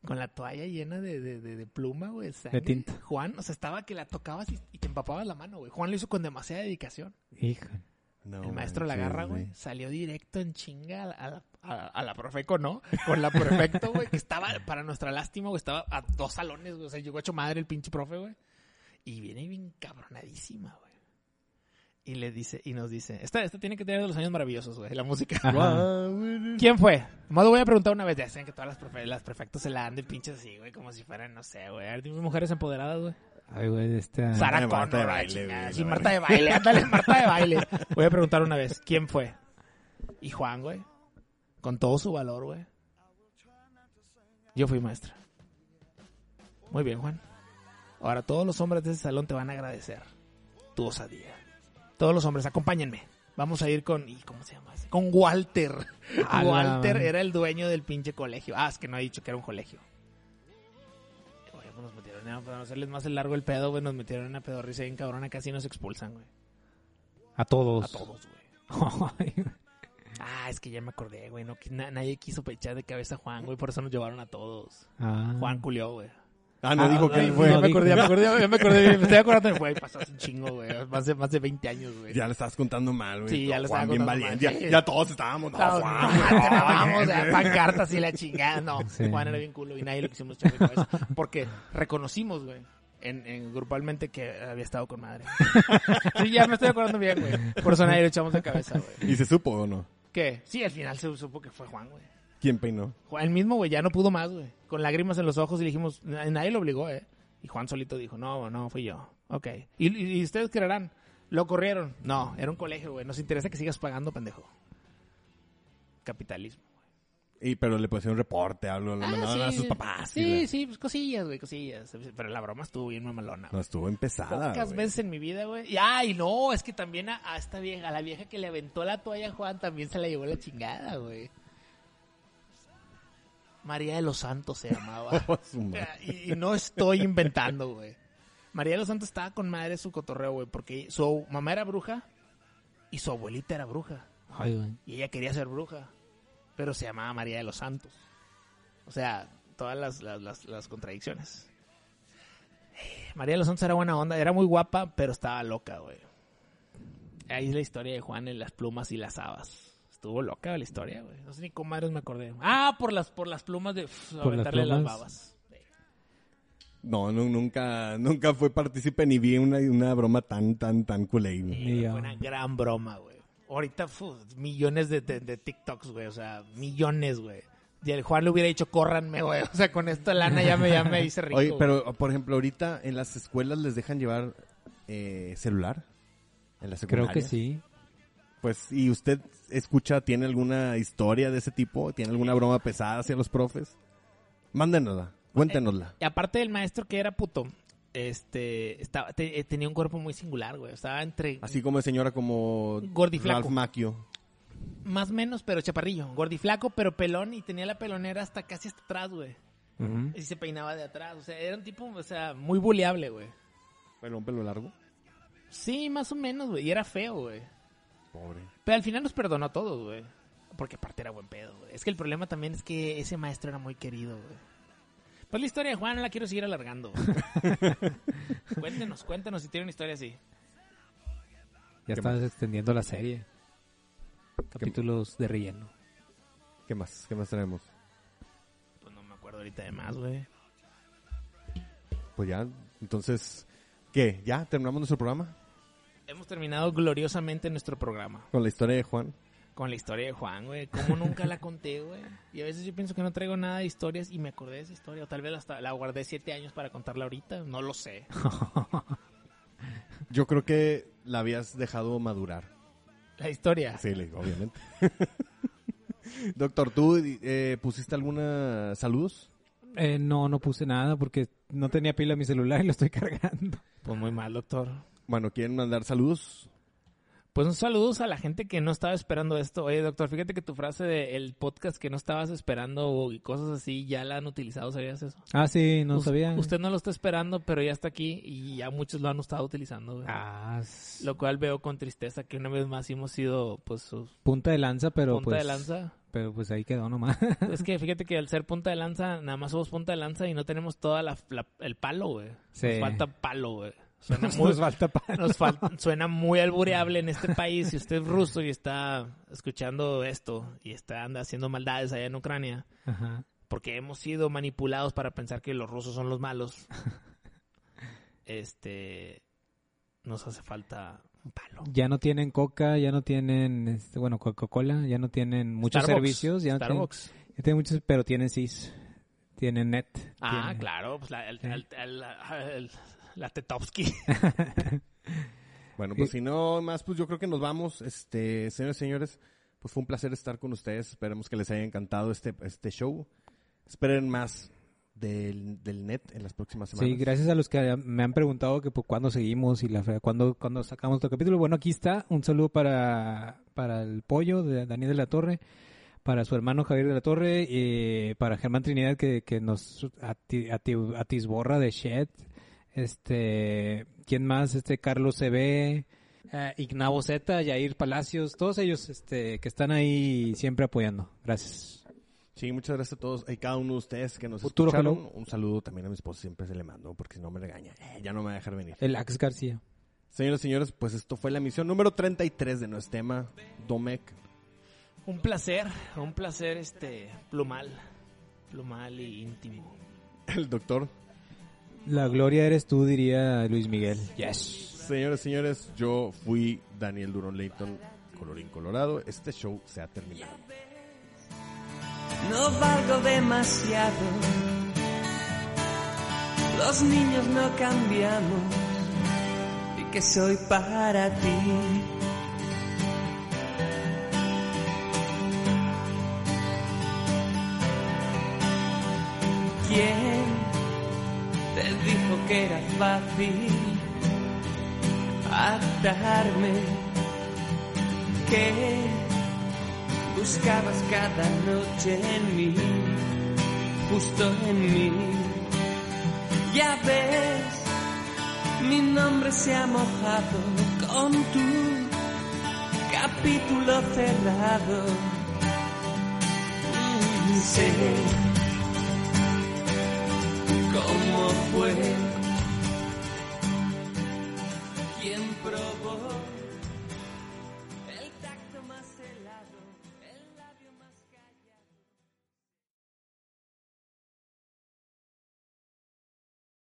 D: Con la toalla llena de, de- de- de pluma, güey. sangre.
C: tinta.
D: Juan, o sea, estaba que la tocabas y, y te empapabas la mano, güey. Juan lo hizo con demasiada dedicación.
C: Hijo.
E: No,
D: El maestro la
E: manches,
D: agarra, güey. Salió directo en chinga a la, a la- a- a la Profeco, ¿no? Con la Profecto, güey. Que estaba, para nuestra lástima, güey, estaba a dos salones, güey. O sea, llegó hecho madre el pinche profe, güey. Y viene bien cabronadísima, güey. Y le dice, y nos dice, esta, esta tiene que tener de los años maravillosos, güey, la música.
E: Ah,
D: ¿Quién fue? Más lo voy a preguntar una vez. Ya saben que todas las, profe- las prefectos se la dan de pinches así, güey, como si fueran, no sé, güey. A ver, dime mujeres empoderadas, güey.
C: Ay, güey, este, esta...
D: Sara
E: de Ah, Marta de
D: Connor, la
E: baile,
D: chingada.
E: güey,
D: Sí,
E: la
D: Marta de baile, ándale, Marta de baile. Voy a preguntar una vez, ¿quién fue? Y Juan, güey. Con todo su valor, güey. Yo fui maestra. Muy bien, Juan. Ahora todos los hombres de ese salón te van a agradecer tu osadía. Todos los hombres, acompáñenme. Vamos a ir con, ¿y cómo se llama? ese? Con Walter.
C: A la
D: Walter
C: madre.
D: era el dueño del pinche colegio. Ah, es que no ha dicho que era un colegio. Oye, pues nos metieron, a- para no hacerles más el largo el pedo, güey, nos metieron en una pedorrisa bien cabrona, casi nos expulsan, güey.
C: A todos.
D: A todos, güey.
C: Ay,
D: Ah, es que ya me acordé, güey, no, que na- nadie quiso pechar de cabeza a Juan, güey, por eso nos llevaron a todos.
C: ah.
D: Juan culió, güey.
E: Ah, no
C: Ah,
E: dijo que él fue.
C: no
D: ya me
C: dijo.
D: acordé, ya me acordé, ya me acordé, me estoy acordando, güey, pasó hace un chingo, güey, más de, más de 20 años, güey.
E: Ya le estabas contando mal, güey.
D: Sí, ya le
E: Juan,
D: estaba
E: bien
D: contando mal,
E: valiente.
D: sí.
E: Ya, ya todos estábamos. No,
D: No,
E: Juan,
D: no,
E: güey,
D: te
E: no,
D: mamamos,
E: güey.
D: eh, pancartas y la chingada. No,
C: Sí.
D: Juan era bien culo y nadie lo quisimos echar de cabeza. Porque reconocimos, güey, en, en grupalmente que había estado con madre. Sí, ya me estoy acordando bien, güey. Por eso nadie lo echamos de cabeza, güey.
E: ¿Y se supo o no?
D: ¿Qué? Sí, al final se supo que fue Juan, güey.
E: ¿Quién peinó?
D: Juan- El mismo, güey, ya no pudo más, güey. Con lágrimas en los ojos y le dijimos, na- nadie lo obligó, eh. Y Juan solito dijo, no, no, fui yo. Ok. Y, y- y ustedes creerán, lo corrieron. No, era un colegio, güey. Nos interesa que sigas pagando, pendejo. Capitalismo.
E: Y, pero le pusieron reporte, algo, le
D: Ah,
E: mandaron a
D: sí.
E: sus papás. y
D: Sí,
E: la-
D: sí, pues cosillas, güey, cosillas. Pero la broma estuvo bien mamalona.
E: No,
D: güey.
E: estuvo empezada.
D: Pocas
E: güey.
D: veces en mi vida, güey. Y ay, no, es que también a, a esta vieja, a la vieja que le aventó la toalla a Juan, también se la llevó la chingada, güey. María de los Santos se llamaba.
E: Su madre.
D: Ah, y, y no estoy inventando, güey. María de los Santos estaba con madre su cotorreo, güey, porque su mamá era bruja y su abuelita era bruja.
C: Ay, güey.
D: Y ella quería ser bruja, pero se llamaba María de los Santos. O sea, todas las, las, las- las contradicciones. María de los Santos era buena onda, era muy guapa, pero estaba loca, güey. Ahí es la historia de Juan en las plumas y las habas. Estuvo loca la historia, güey. No sé ni cómo madres me acordé. Ah, por las, por las plumas de pf,
C: Por las
D: aventarle las,
C: plumas.
D: babas.
E: No, nu- nunca, nunca fue partícipe ni vi una, una broma tan, tan, tan culé. güey.
D: Eh,
C: Ya.
D: Fue una gran broma, güey. Ahorita fu, millones de, de- de TikToks, güey. O sea, millones, güey. Y el Juan le hubiera dicho, córranme, güey. O sea, con esta lana ya me, ya me hice rico.
E: Oye,
D: güey.
E: pero por ejemplo, ahorita en las escuelas les dejan llevar eh, celular. En
C: Creo
E: la secundaria.
C: que sí.
E: Pues, ¿y usted escucha, tiene alguna historia de ese tipo? ¿Tiene alguna broma pesada hacia los profes? Mándenosla, cuéntenosla.
D: Y aparte del maestro que era puto, este, estaba, te- eh, tenía un cuerpo muy singular, güey. Estaba entre,
E: Así como de señora como
D: Gordiflaco.
E: Ralph Macchio.
D: más menos, pero chaparrillo. Gordiflaco, pero pelón. Y tenía la pelonera hasta casi hasta atrás, güey.
C: Ujú.
D: Y se peinaba de atrás. O sea, era un tipo, o sea, muy buleable, güey.
E: Pelón, pelo largo.
D: Sí, más o menos, güey. Y era feo, güey.
E: Pobre.
D: Pero al final nos perdonó a todos, güey. Porque aparte era buen pedo, güey. Es que el problema también es que ese maestro era muy querido, güey. Pues la historia de Juan no la quiero seguir alargando. güey. cuéntenos, cuéntenos si tiene una historia así.
C: Ya estás extendiendo la serie. Capítulos de relleno.
E: ¿Qué más? ¿Qué más tenemos?
D: Pues no me acuerdo ahorita de más, güey.
E: Pues ya, entonces, ¿qué? ¿Ya terminamos nuestro programa?
D: Hemos terminado gloriosamente nuestro programa
E: Con la historia de Juan.
D: con la historia de Juan, güey. Como nunca la conté, güey. Y a veces yo pienso que no traigo nada de historias y me acordé de esa historia. O tal vez hasta la guardé siete años para contarla ahorita. No lo sé.
E: Yo creo que la habías dejado madurar.
D: La historia.
E: Sí, le digo, obviamente. Doctor, ¿tú eh, pusiste alguna saludos?
C: Eh, no, no puse nada porque no tenía pila en mi celular y lo estoy cargando.
D: Pues muy mal, doctor.
E: Bueno, ¿quieren mandar saludos?
D: Pues un saludos a la gente que no estaba esperando esto. Oye, doctor, fíjate que tu frase de el podcast que no estabas esperando y cosas así ya la han utilizado, ¿sabías eso?
C: Ah, sí, no
D: Us-
C: sabía.
D: Usted no lo está esperando, pero ya está aquí y ya muchos lo han estado utilizando. güey.
C: Ah, s-
D: Lo cual veo con tristeza que una vez más hemos sido, pues, su
C: punta de lanza, pero
D: punta
C: pues.
D: de lanza.
C: Pero pues ahí quedó nomás.
D: es que fíjate que al ser punta de lanza, nada más somos punta de lanza y no tenemos toda la, la- el palo, güey.
C: Sí.
D: Nos falta palo, güey. Suena muy,
C: Nos falta pan.
D: Nos fal- suena muy albureable en este país. Si usted es ruso y está escuchando esto y está anda haciendo maldades allá en Ucrania,
C: Ajá.
D: porque hemos sido manipulados para pensar que los rusos son los malos, este nos hace falta un palo.
C: Ya no tienen coca, ya no tienen, este, bueno, Coca-Cola, ya no tienen muchos
D: Starbucks,
C: servicios. Ya no tienen-
D: Starbucks.
C: ya tienen muchos, pero tienen CIS. Tienen net.
D: Ah,
C: tienen-
D: claro, pues la, el- el- el- el- la Tetovsky.
E: Bueno, pues
C: Y-
E: si no más, pues yo creo que nos vamos. Este, señores y señores, pues fue un placer estar con ustedes. Esperemos que les haya encantado este, este show. Esperen más del, del net en las próximas semanas.
C: Sí, gracias a los que me han preguntado que pues, cuándo seguimos y la fe, cuándo, cuándo sacamos otro capítulo. Bueno, aquí está. Un saludo para, para el pollo de Daniel de la Torre, para su hermano Javier de la Torre, eh, para Germán Trinidad que, que nos ati- ati- atisborra de Shed. Este, ¿quién más? Este Carlos CB, eh, Ignavo Z, Yair Palacios, todos ellos este, que están ahí siempre apoyando. Gracias.
E: Sí, muchas gracias a todos y cada uno de ustedes que nos
C: Futuro
E: escucharon.
C: Hello.
E: Un saludo también a mi esposo, siempre se le mando, porque si no me regaña, eh, ya no me va a dejar venir.
C: El Ax García.
E: Señoras y señores, pues esto fue la misión número 33 de nuestro tema, Domec.
D: un placer, un placer este plumal, plumal y íntimo.
E: El doctor.
C: La gloria eres tú, diría Luis Miguel. Yes.
E: Señoras y señores, yo fui Daniel Durón Leighton, colorín colorado. Este show se ha terminado.
F: no valgo demasiado. Los niños no cambiamos y que soy para ti. ¿Quién te dijo que era fácil atarme? ¿Qué buscabas cada noche en mí. justo en mí. Ya ves, mi nombre se ha mojado con tu capítulo cerrado. Mm, Sé